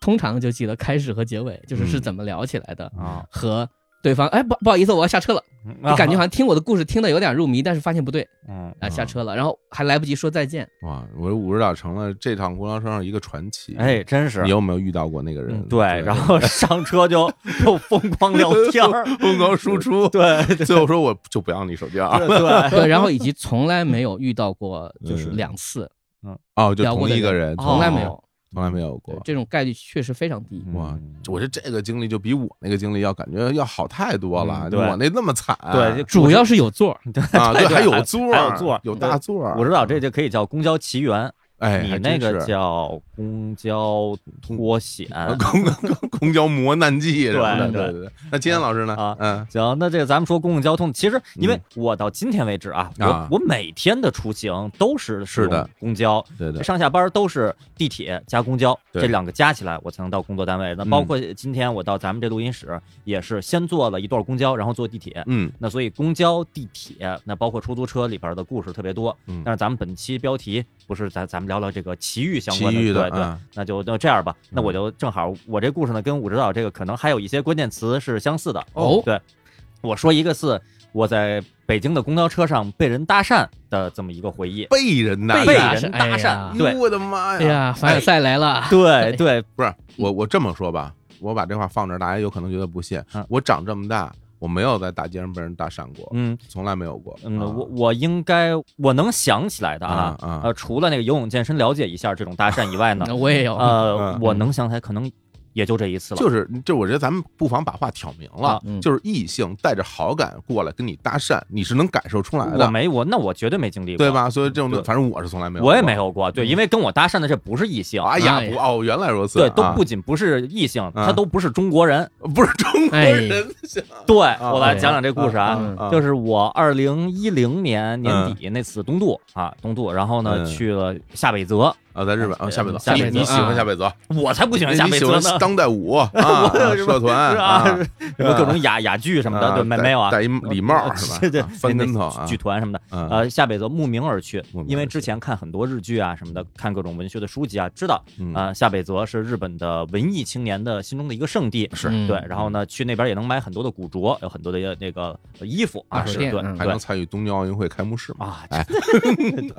通常就记得开始和结尾，就是是
嗯
怎么聊起来的，
啊，
和对方哎不不好意思，我要下车了，就感觉好像听我的故事听得有点入迷，但是发现不对
嗯
啊，
嗯
下车了，然后还来不及说再见，
哇，我武指导成了这趟公交车上一个传奇，
哎，。真是
你。有没有遇到过那个人？
嗯对，然后上车就又疯狂聊天儿，
疯狂输出，
对对
最后说我就不要你手机啊，
对，
对，然后以及从来没有遇到过就是
嗯
两次
哦，就
聊过
同
的
一个
人
人，
哦
从来没有。
从来没有
对
过，。
这种概率确实非常低。
哇
嗯，
我觉得这个经历就比我那个经历要感觉要好太多了。
嗯对
我那那么惨，
对，
主要是有座儿，
啊，对，
对
还
还
有
有
座儿，
还有座儿
有大座儿。
我知道这就可以叫公交奇缘，
哎，
你
还
那
真
个
是啊
叫公交脱险。
公 公公交磨难记什么的，
对
对对。那金岩老师呢？
啊
嗯，
行，那这个咱们说公共交通，其实因为
嗯
我到今天为止啊，
啊
我我每天的出行都是
是的
使用公交，
对
这
对，
上下班都是地铁加公交，
对
这两个加起来我才能到工作单位。那
嗯
包括今天我到咱们这录音室，也是先坐了一段公交，然后坐地铁。
嗯，
那所以公交、地铁，那包括出租车里边的故事特别多。
嗯
但是咱们本期标题不是咱咱们聊聊这个奇遇相
奇
关的，
遇
对对。
啊，
那就那这样吧，那
嗯
我就正好我这故事呢跟武指导这个可能还有一些关键词是相似的
哦
对，我说一个是我在北京的公交车上被人搭讪的这么一个回忆。
被人呐，
被
搭
人
讪
搭
哎
讪，
呀
对
哟，我的妈
哎呀，凡尔赛来了，
对对，
不是我，我这么说吧，我把这话放这儿，大家有可能觉得不屑
嗯。
我长这么大，我没有在大街上被人搭讪过，
嗯
从来没有过。
嗯，
啊
我我应该我能想起来的啊，
啊啊
呃，除了那个游泳健身了解一下这种搭讪以外 呢，
那我也有。
呃
嗯，
我能想起来可能也就这一次了。
就是就我觉得咱们不妨把话挑明了
啊，
嗯
就是异性带着好感过来跟你搭讪，你是能感受出来
我
的，
没我那我绝对没经历过，
对？吧？所以这种
对
反正我是从来没有，
我也没。有过，对，
嗯
因为跟我搭讪的这不是异性，
哎呀，
哎
不哦，原来如此，
对，都
啊
不仅不是异性，
啊
他都不是中国人。
不是中国
哎
人想，
对
啊
我来讲讲这故事
啊
啊，
嗯
啊
就是我二零一零年年底那次东渡啊，东渡，然后
嗯
呢去了夏北泽，
啊，在日本啊，夏北泽，
夏
你
北泽
你喜欢
啊
夏北泽？
我才不喜欢夏
哦哎你
北
喜
泽
欢
呢。
当代 舞啊，社团
是啊，
啊
什么各种哑哑剧什么的，对，没
戴
没有啊，
戴一礼 帽是吧？
对对，
啊翻
那
跟
那
头啊，
剧团什么的，
嗯
呃，下北泽慕名而去
慕名而，去
因为之前看很多日剧啊什么的，看各种文学的书籍啊，知道
嗯
啊，下北泽是日本的文艺青年的心中的一个圣地。
是
嗯
对，然后呢，去那边也能买很多的古着，有很多的呃那个呃衣服啊，
二手
是对
店嗯
还
对
能参与东京奥运会开幕式嘛？
啊，
哎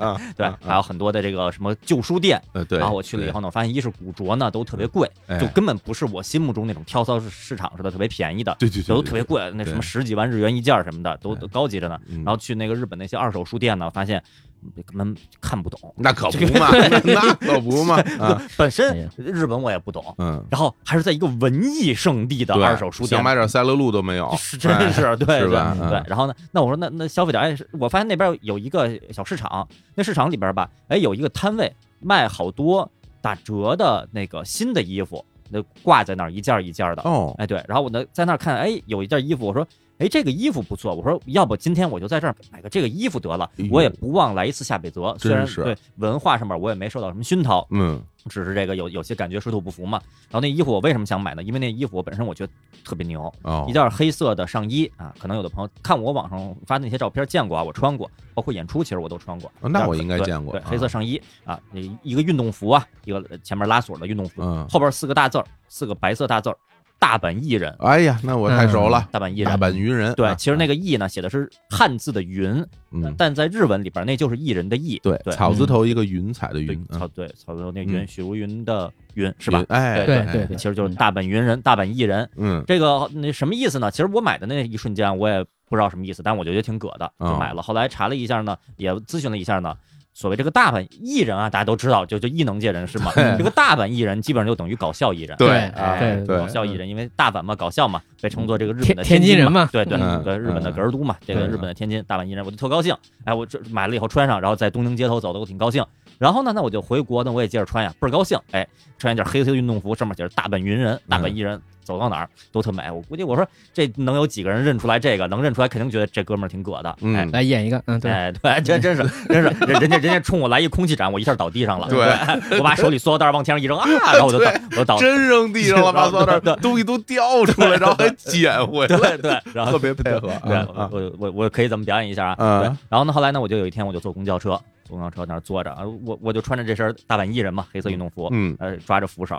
啊，
对
啊，
还有很多的这个什么旧书店，
呃对，
然后我去了以后呢，我发现一是古着呢都特别贵，
哎
就根本不是我心目中那种跳蚤市市场似的特别便宜的，
对，对对对，
都特别贵，那什
对
么十几万日元一件儿什么的，都都高级着呢。
嗯
然后去那个日本那些二手书店呢，发现嗯根本看不懂，
那可不 嘛，那可不嘛，啊，
本
哎
身
呀
日本我也不懂，
嗯，
然后还是在一个文艺圣地的
对
二手书店
想。买点赛乐路都没有，
是，真
哎
是对对
是吧
对
嗯，
然后呢？那我说那那消费点，哎，是我发现那边有一个小市场，那市场里边吧，哎，有一个摊位卖好多打折的那个新的衣服，那挂在那儿一件儿一件儿的。
哦，
哎，对，然后我呢在那儿看，哎，有一件衣服，我说，哎，这个衣服不错，我说，要不今天我就在这儿买个这个衣服得了
哎呦，
我也不忘来一次下北泽，虽
真
然
是
对文化上面我也没受到什么熏陶，
嗯，
只是这个有有些感觉水土不服嘛。然后那衣服我为什么想买呢？因为那衣服我本身我觉得特别牛，
哦
一，件黑色的上衣啊，可能有的朋友看我网上发那些照片见过啊，我穿过，包括演出其实我都穿过。
哦那我
对
应该见过
对，
啊
黑色上衣啊，一个运动服啊，一个前面拉锁的运动服，
嗯
后边四个大字儿，四个白色大字儿，大阪艺人，
哎呀，那我太熟了，
大阪艺
大
嗯人。
阪鱼人，
对
啊，
其实那个“艺”呢，写的是汉字的“云”，
嗯，
但在日文里边那就是艺人的“艺”。
对，
对嗯
草字头一个云彩的
对
云，，嗯
草对草字头那“云
嗯”，
许茹芸的“云”是吧
云？哎，
对
对
哎
对对
其实就是大阪云人、大阪艺人。
嗯，
这个那什么意思呢？其实我买的那一瞬间，我也不知道什么意思，但我就觉得挺葛的，
哦
就买了。后来查了一下呢，也咨询了一下呢。所谓这个大阪艺人啊，大家都知道，就就艺能界人士嘛。
嘿
这个大阪艺人基本上就等于搞笑艺人，
对
啊
哎
对
对
搞笑艺人，因为大阪嘛，搞笑嘛，被称作这个日本的
天
津
天津人嘛
对对
嗯
对，日本的
嗯
格尔都嘛，这个
嗯
日本的天津大阪艺人，我就特高兴。哎，我这买了以后穿上，然后在东京街头走的，我挺高兴。然后呢，那我就回国呢，我也接着穿呀，倍儿高兴。哎，穿一件黑色的运动服，上面写着“大阪云人”，大阪艺人，走到哪儿都特美。我估计我说这能有几个人认出来这个？能认出来，肯定觉得这哥们儿挺葛的。
嗯
哎，
来演一个，嗯，对，
哎，对，真真是，真是，人人家人家冲我来一空气斩，我一下倒地上了。
对
对，我把手里所有袋儿往天上一扔啊，然后我就倒，我就倒。
真扔地上了，把所有
对
的东西都掉出来，然后还捡回 来，
对对，然后
特别配合
对，
啊啊
我我我我可以怎么表演一下啊？
嗯
对，然后呢，后来呢，我就有一天我就坐公交车，坐公交车那儿坐着，啊我我就穿着这身大阪艺人嘛，黑色运动服，
嗯，
呃，抓着扶手，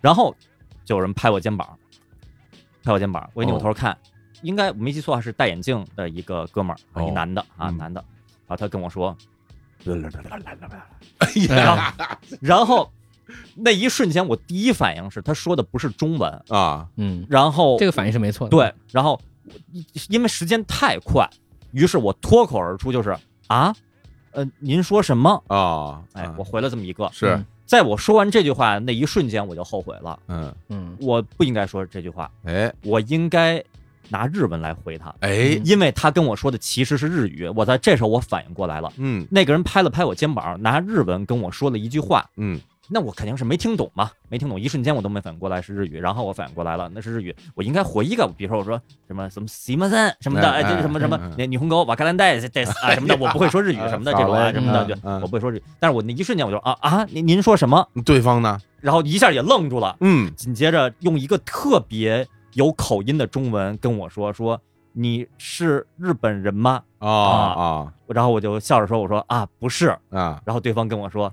然后就有人拍我肩膀，拍我肩膀，我一
哦
扭头看，应该我没记错是戴眼镜的一个哥们儿，
哦
一男的啊，
嗯
男的，然后他跟我说，
哎呀
然后那一瞬间我第一反应是他说的不是中文，
啊，
嗯，
然后
这个反应是没错的。
对，然后我因为时间太快，于是我脱口而出就是啊，呃，您说什么？
啊，
哎
啊，
我回了这么一个，
是
嗯
在我说完这句话那一瞬间，我就后悔了，
嗯，
嗯，
我不应该说这句话，
哎
我应该拿日文来回他，
哎，
因为他跟我说的其实是日语。我在这时候我反应过来了，
嗯
那个人拍了拍我肩膀，拿日文跟我说了一句话，
嗯
那我肯定是没听懂嘛，没听懂，一瞬间我都没反应过来是日语，然后我反应过来了，那是日语，我应该回一个，比如说我说什么什么西马三什么的，
哎
哎，
哎
这什么什么
嗯嗯
那霓虹狗瓦卡兰代这啊什么的，我不会说日语什么 的
好
这种啊
嘞
什么的，就
嗯
我不会说日语，但是我那一瞬间我就啊啊，您您说什么？
对方呢？
然后一下也愣住了，
嗯
紧接着用一个特别有口音的中文跟我说说你是日本人吗？
啊啊
然后我就笑着说我说啊不是，
啊！
然后对方跟我说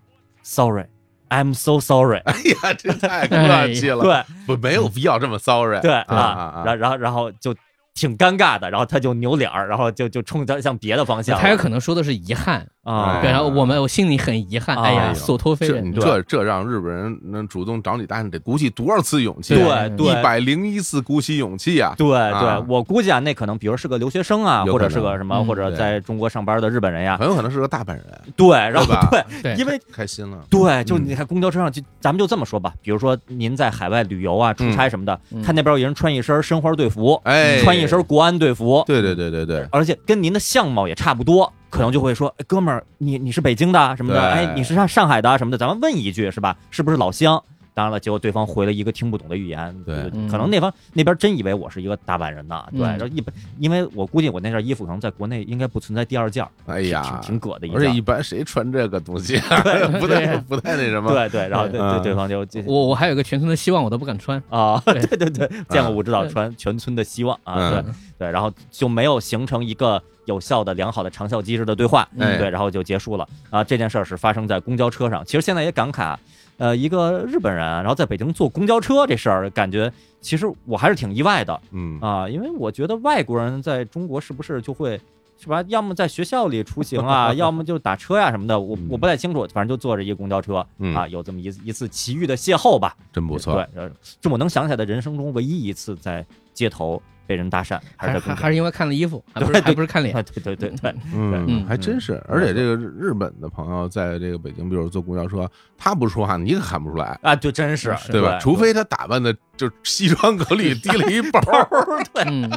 sorry，I'm so sorry，
哎呀，这太客气了，
对。
不没有必要这么 sorry。
哎对
啊
啊，
啊
然然后然后就挺尴尬的，然后他就扭脸儿，然后就就冲着向别的方向了，
他有可能说的是遗憾，
啊
哎
对，然后我们我心里很遗憾，
啊
哎呀，
哎呦
所托非
这
人
你，这这让日本人能主动找你搭讪，得鼓起多少次勇气？啊
对
嗯
对
一百零一次鼓起勇气啊！
对
啊
对，我估计啊，那可能比如是个留学生啊，
有
或者
可能
是个什么，
嗯
或者
对
在中国上班的日本人呀，
很有可能是个大阪人，
对，然后
对吧
对
对，因为
开心了。
对，就
嗯
你看公交车上，就咱们就这么说吧，比如说您在海外旅游啊、出差什么的
嗯，
看那边有人穿一身申花队服，
哎，
穿一身国安队服，
对对对对对，
而且跟您的相貌也差不多，可能就会说，哎、哥们儿，你你是北京的啊什么的，
对
哎，你是上上海的啊什么的，咱们问一句是吧？是不是老乡？当然了，结果对方回了一个听不懂的语言，
对
就
嗯
可能那方那边真以为我是一个大阪人呢，对，然
嗯
后一般，因为我估计我那件衣服可能在国内应该不存在第二件儿，
哎
挺
呀，
挺挺葛的一
而且一
件，
般谁穿这个东西 啊？不太不太那什么。
对对，然后对对
嗯
对方就就
我我还有个全村的希望，我都不敢穿。
啊，
对
对对对，见过武指导
对
传全村的希望啊，
嗯
对对，然后就没有形成一个有效的、良好的长效机制的对话，
哎
嗯
对，然后就结束了啊。这件事儿是发生在公交车上，其实现在也感慨，呃，一个日本人啊然后在北京坐公交车这事儿，感觉其实我还是挺意外的
嗯，
啊，因为我觉得外国人在中国是不是就会。是吧？要么在学校里出行 啊，要么就打车呀、什么的，我我不太清楚，反正就坐着一公交车、
嗯
啊，有这么一一次奇遇的邂逅吧。
真不错。
对，呃这我能想起来的人生中唯一一次在街头被人搭讪，还是
还
在
还
公
还是因为看了衣 服，还不是
对对
还不是看脸
啊，。 对对对 对，
嗯，
嗯
还真是。而且这个日日本的朋友在这个北京，比如坐公交车，他不说话，你可看不出来，
啊，就真是
是
对吧？除非他打扮的就西装革 履，提了一包，
对
嗯，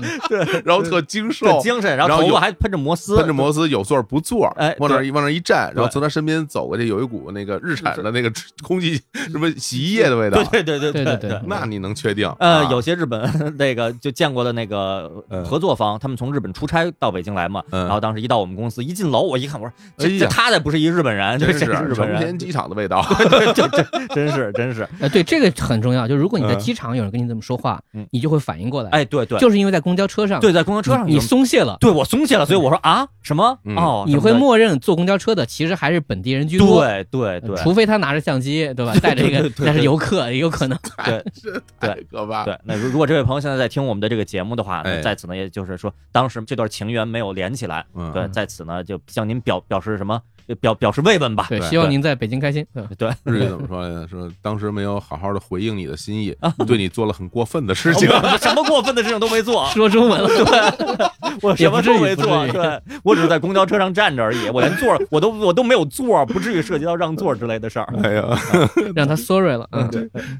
然后特精
特
瘦。
精神，然
然
后
后
头
有
发还喷着摩丝，
喷着摩丝有座不座，
哎
往那儿
对
一往那儿一站，然后
对
从他身边走过去，有一股那个日产的那个空气什么洗衣液的味道
对，对对
对
对
对对
那你能确定？
呃
啊，
有些日本那个就见过的那个
嗯
合作方，他们从日本出差到北京来嘛，
嗯
然后当时一到我们公司，一进楼我一看，我说
哎
这
呀
这他才不是一日本人，这
真
这是日本
成
人
田，机场的味道。
对对对，真是真是，
呃，对，这个很重要。就如果你在
嗯
机场有人跟你这么说话
嗯，
你就会反应过来。，
哎，对对，
就是因为在公交车上，
对，在公交车上
你
有哦
你松懈了，
对我松懈了，所以我说啊什么
嗯
哦，
你
什么
会
的
默认坐公交车的其实还是本地人居多。
对对对，
除非他拿着相机，对吧？带着一
对对
个，
对
那是游客，也有可能。
对
这 太可怕。
对，那如如果这位朋友现在在听我们的这个节目的话，
哎
那在此呢，也就是说，当时这段情缘没有连起来，
嗯
对，在此呢，就向您表表示什么表表示慰问吧。
对，
对
希望您在北京开心。，
对，
日语怎么说来着？说当时没有好好的回应你的心意，
啊
对你做了很过分的事 情。
我什么过分的事情都没做啊
说中文了，
我什么都没做，啊
也不至于不至于
对我只是在公交车上站着而已，我连座儿我都我都没有座儿，不至于涉及到让座儿之类的事儿。
哎呀，
让他 sorry 了。嗯，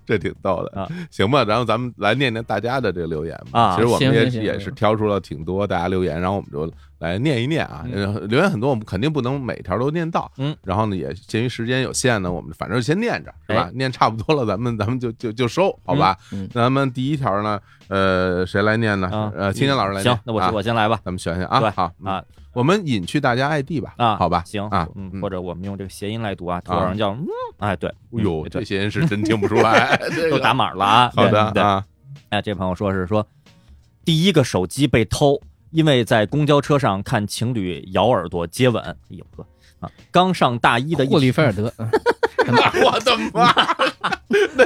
这挺逗的
啊，
行吧？然后咱们来念念大家的这个留言吧。
啊
其实我们
行
也
行行
也是挑出了挺多大家留言，然后我们就来念一念啊。
嗯
然后留言很多，我们肯定不能每条都念到。
嗯，
然后呢，也鉴于时间有限呢，我们反正先念着，是吧
哎？
念差不多了，咱们咱们就就就收，好吧？
嗯嗯
那咱们第一条呢，呃，谁来念呢
啊？
呃，青年老师来念。
行，那我
啊
我先来吧。
咱们选选
对
啊，好
啊，
我们隐去大家 ID 吧，
啊，
好吧，
行
啊，
嗯，
嗯
或者我们用这个谐音来读啊，土
啊
壤叫嗯，哎，对，
哎呦，
嗯
这
对，
些人是真听不出 来，这
都
个
打码了啊。
好的
对对，
啊，
哎，这朋友说是说，第一个手机被偷，因为在公交车上看情侣咬耳朵接吻，哎呦呵啊，刚上大一的一
霍利菲尔德，嗯
我的妈，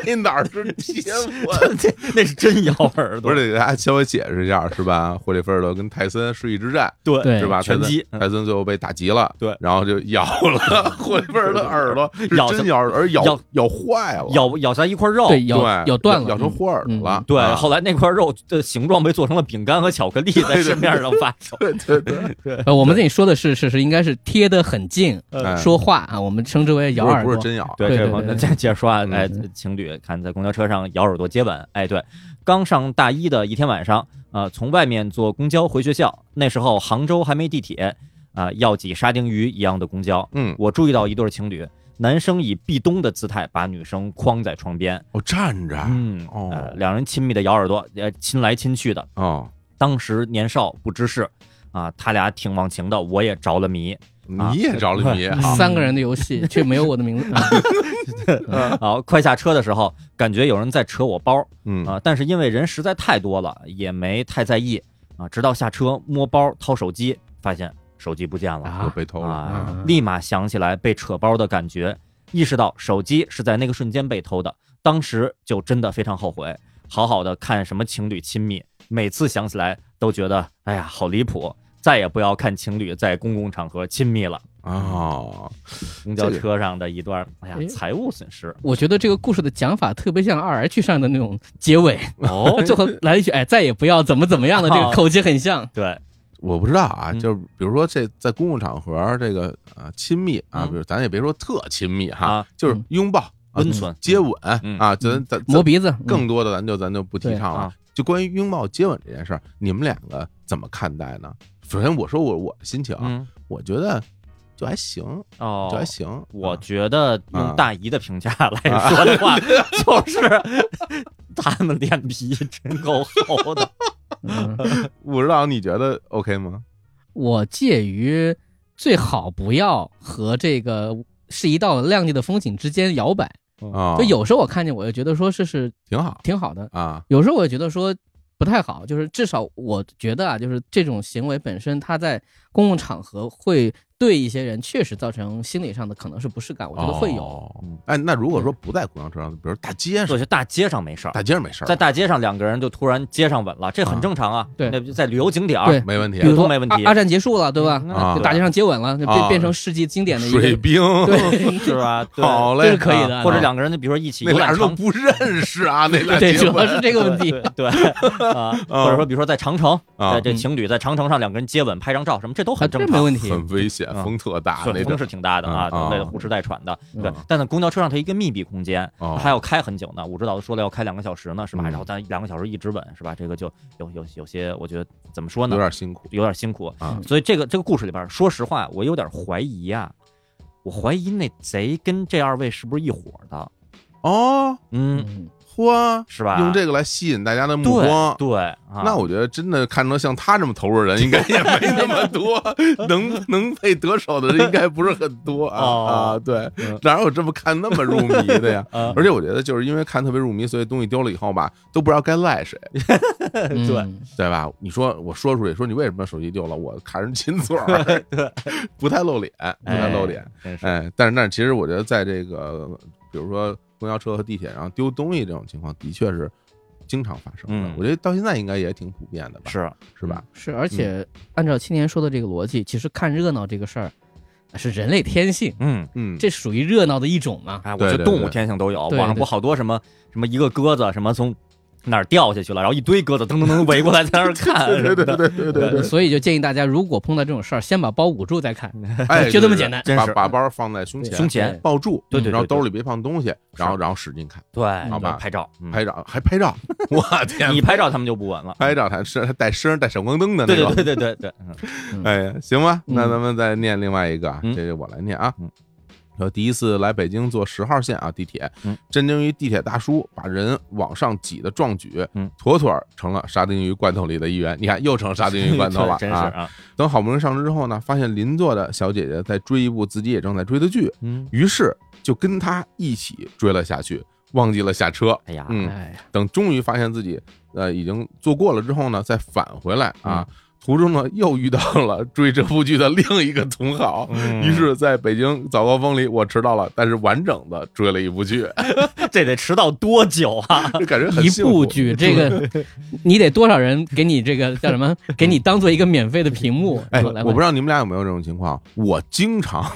那哪儿是天 文？
这那是真咬耳
不
朵，
是得给大家稍微解释一下是吧？霍利菲尔德跟泰森是一之战
对
对
是吧？泰
拳
森
击嗯
泰森最后被打急了，
对
然后就咬 了霍利菲尔德耳朵，是
咬
真
成
咬，而咬
咬
咬坏了，
咬咬下一块肉，
对，咬
对
咬断了，
咬成
嗯
豁耳朵了
嗯。
对，
啊
后来那块肉的形状被做成了饼干和巧克力，在市面上发售。
对对对，
呃，我们这里说的是是是，应该是贴得很近
哎
说话啊，我们称之为咬耳
不
朵
是不是。真咬，
对
对
这
对
方
对
面
对
再接着说啊，
嗯
哎
嗯，
情侣看在公交车上咬耳朵接吻，哎，对，刚上大一的一天晚上，呃，从外面坐公交回学校，那时候杭州还没地铁，啊、要挤沙丁鱼一样的公交，
嗯，
我注意到一对情侣，男生以壁咚的姿态把女生框在床边，
我哦站着，
嗯，
哦
呃，两人亲密的咬耳朵，呃，亲来亲去的，
哦，
当时年少不知事，啊，他俩挺忘情的，我也着了迷。啊
你也着了迷啊？
嗯三个人的游戏却没有我的名字，
啊，快下车的时候，感觉有人在扯我包
嗯
啊，但是因为人实在太多了，也没太在意啊。直到下车摸包掏手机，发现手机不见了
啊
又被偷了，
啊
啊，
立马想起来被扯包的感觉，意识到手机是在那个瞬间被偷的，当时就真的非常后悔。好好的看什么情侣亲密，每次想起来都觉得，哎呀，好离谱，再也不要看情侣在公共场合亲密了。
哦，
公交车上的一段，哎呀
哎，
财务损失
我觉得这个故事的讲法特别像二 H 上的那种结尾，
哦，
最后来了一句“哎，再也不要怎么怎么样的”，这个口气很像。
对，
我不知道啊，
嗯
就是比如说这在公共场合这个啊亲密啊，
嗯
比如咱也别说特亲密哈
啊，
就是
嗯
拥抱、啊
温存
接吻
嗯
啊，咱咱
磨
咱
鼻子，嗯
更多的咱就咱就不提
对
倡了
啊。
就关于拥抱、接吻这件事儿，你们两个怎么看待呢？首先，我说我我的心情啊，
嗯，
我觉得就还行，
哦
就，还行。
我
啊
觉得
啊
用大姨的评价来说的话，就是他们脸皮真够厚 的。
嗯
不知道你觉得 OK 吗？
我介于最好不要和这个是一道亮丽的风景之间摇摆。
啊，
就有时候我看见，我就觉得说是是
挺好
挺好的，
啊，
有时候我也觉得说不太好，就是至少我觉得啊，就是这种行为本身，它在公共场合会对一些人确实造成心理上的可能是不适感，我觉得会有。
哦哎，那如果说不在公交车上，比如大街
我
上
觉，得大街上没事儿，
大街上没事儿，
在大街上两个人就突然接上吻了，这很正常啊。
对
那就在旅游景点儿
对
没问题
比。如说
都没问题嗯
二二战结束了，对吧？
啊
那
就大街上接吻了，就
啊
变变成世纪经典的一
水
个，
兵，
对，
是吧？对
好嘞，
这是可以的
啊
或者两个人就比如说一起
那
游
俩
览
人都
长
不认识 啊，那俩
对，
结
主
婚
要是这个问题
对。对对啊， 或者说比如说在长城，
啊
在这
嗯
情侣在长城上两个人接吻拍张照什么，这都
啊，
很
这
正
没
常。
问题。
很危险，
啊
风特大那
顺风
种
是挺大的啊
嗯啊，
为了虎视眈喘的，
嗯
对。但在公交车上，它一个密闭空间，
哦
还要开很久呢。武指导都说了要开两个小时呢，是吧？
嗯
然后咱两个小时一直吻，是吧？这个就有有有些，我觉得怎么说呢
有？点辛苦
有点辛苦
啊
所以这个这个故事里边，说实话，我有点怀疑啊，我怀疑那贼跟这二位是不是一伙的？
哦，
嗯，
嗯，
嚯，
是吧？
用这个来吸引大家的目
对
光。
对啊，
那我觉得真的看成像他这么投入的 人，应该也没那么多，能能被得手的人应该不是很多啊
哦
啊！对
嗯，
哪有这么看那么入迷的 呀？
呃
而且我觉得就是因为看特别入迷，所以东西丢了以后吧，都不知道该赖谁，
对
嗯，
对吧？你说我说出来，说你为什么手机丢了，我看人亲嘴 儿，不太露脸，不太露脸。，
哎真是
哎，但是但是，其实我觉得在这个比如说公交车和地铁上丢东西这种情况，的确是经常发生的。
嗯
我觉得到现在应该也挺普遍的吧？
是
是吧？
是，而
嗯
且按照青年说的这个逻辑，其实看热闹这个事儿是人类天性，
嗯。
嗯，
这属于热闹的一种嘛。
啊，我
对
觉
对
得动物
对
天性都有，
对
网上
对
不好多什么什么一个鸽子什么从哪儿掉下去了，然后一堆鸽子噔噔噔围过来在那儿 看，
对对对对对对对，
所以就建议大家，如果碰到这种事儿，先把包捂住再看。
呃
哎，
就这么简单
对对对
真是
把把包放在胸前，
胸前，
抱住，嗯
对对对
然后兜
对
里别放东西，然后然后使劲看，
对，
好吧
对拍照，嗯
拍 照还拍照，我天，
你拍照他们就不稳了，
拍照还是还带声带闪光灯的那
对
种
对。对对对对，嗯
哎呀，行吧，
嗯
那咱们再念另外一个啊，
嗯
这就我来念啊
嗯。
说第一次来北京坐十号线啊地铁
嗯，
震惊于地铁大叔把人往上挤的壮举
嗯，
妥妥成了沙丁鱼罐头里的一员。你看，又成沙 丁鱼罐头了
真是
啊！
啊，
等好不容易上车之后呢，发现邻座的小姐姐在追一部自己也正在追的剧，
嗯，
于是就跟她一起追了下去，忘记了下车。
哎呀，
嗯，
哎呀，
嗯
等终于发现自己呃已经坐过了之后呢，再返回来啊。途中呢又遇到了追这部剧的另一个同好，
嗯
于是在北京早高峰里我迟到了，但是完整的追了一部剧，
啊这得迟到多久啊？
这 感觉很
一
幸
部
福
剧，这个你得多少人给你这个叫什么？给你当做一个免费的屏幕？
哎，
来
我不知道你们俩有没有这种情况，我经常，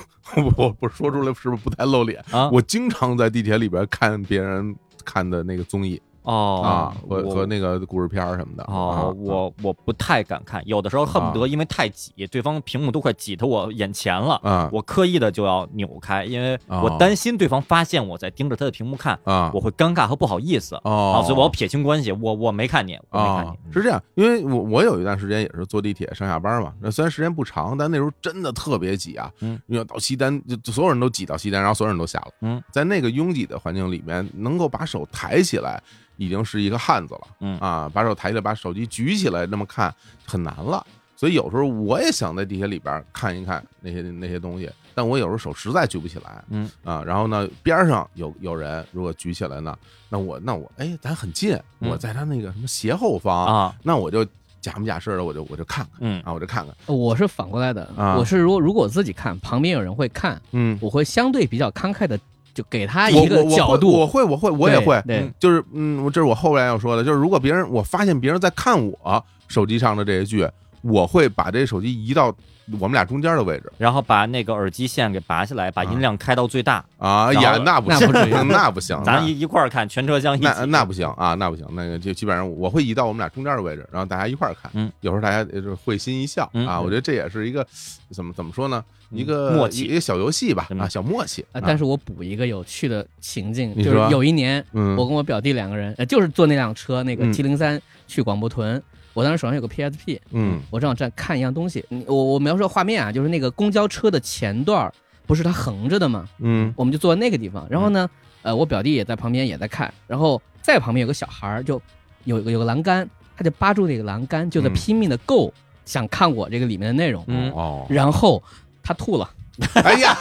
我不说出来是不是不太露脸
啊
我经常在地铁里边看别人看的那个综艺
哦
啊，和和
我
那个故事片儿什么的啊
哦，我我不太敢看，有的时候恨不得因为太挤，对方屏幕都快挤到我眼前了，
啊
我刻意的就要扭开，因为
哦
我担心对方发现我在盯着他的屏幕看，
啊，
我会尴尬和不好意思啊，
哦，
所以我要撇清关系，我我没看你，我没看
啊
你，，
是这样，因为我我有一段时间也是坐地铁上下班嘛，那虽然时间不长，但那时候真的特别挤啊，
嗯，
因为到西单就就所有人都挤到西单，然后所有人都下了，
嗯，
在那个拥挤的环境里面，能够把手抬起来，已经是一个汉子了，
嗯
啊，把手抬起来，把手机举起来，那么看很难了。所以有时候我也想在地铁里边看一看那些那些东西，但我有时候手实在举不起来，
嗯
啊，然后呢边上有有人如果举起来呢，那我那我哎咱很近，
嗯
我在他那个什么斜后方，
啊，
那我就假模假式的我就我就看看
嗯
啊，我就看看，
我是反过来的，
啊
我是如果如果我自己看，旁边有人会看，
嗯，
我会相对比较慷慨的就给他
我
一个
我我
角
会我
度，
会我会我也
对
会，
对
嗯就是嗯，我这是我后来要说的，就是如果别人我发现别人在看我手机上的这些剧，我会把这手机移到我们俩中间的位置。
然后把那个耳机线给拔下来，把音量开到最大，
啊
然
呀，
后
那不
那
行，
不至于
那不行，
咱
哦那
一一块儿看，全车厢一
那
起，
那不行啊，那不行，那个就基本上我会移到我们俩中间的位置，然后大家一块儿看。
嗯，
有时候大家呃就是会心一笑
嗯
啊，我觉得这也是一个怎么怎么说呢，一个
嗯
默契
一个小游戏吧
真的
啊，小默契。
啊，但
是
是我补一个有趣的情境，
你
就是
说
有一年
嗯，
我跟我表弟两个人，呃，就是坐那辆车那个
嗯
T 零三去广播屯，我当时手上有个 PSP，
嗯
我正好在看一样东西，嗯我我描述画面啊，就是那个公交车的前段儿不是它横着的嘛，
嗯
我们就坐那个地方，然后呢，呃，我表弟也在旁边也在看，然后在旁边有个小孩儿就有有个栏杆，他就扒住那个栏杆，就在
嗯
拼命的够、想看我这个里面的内容，
嗯
哦，
然后他吐了。
哎呀，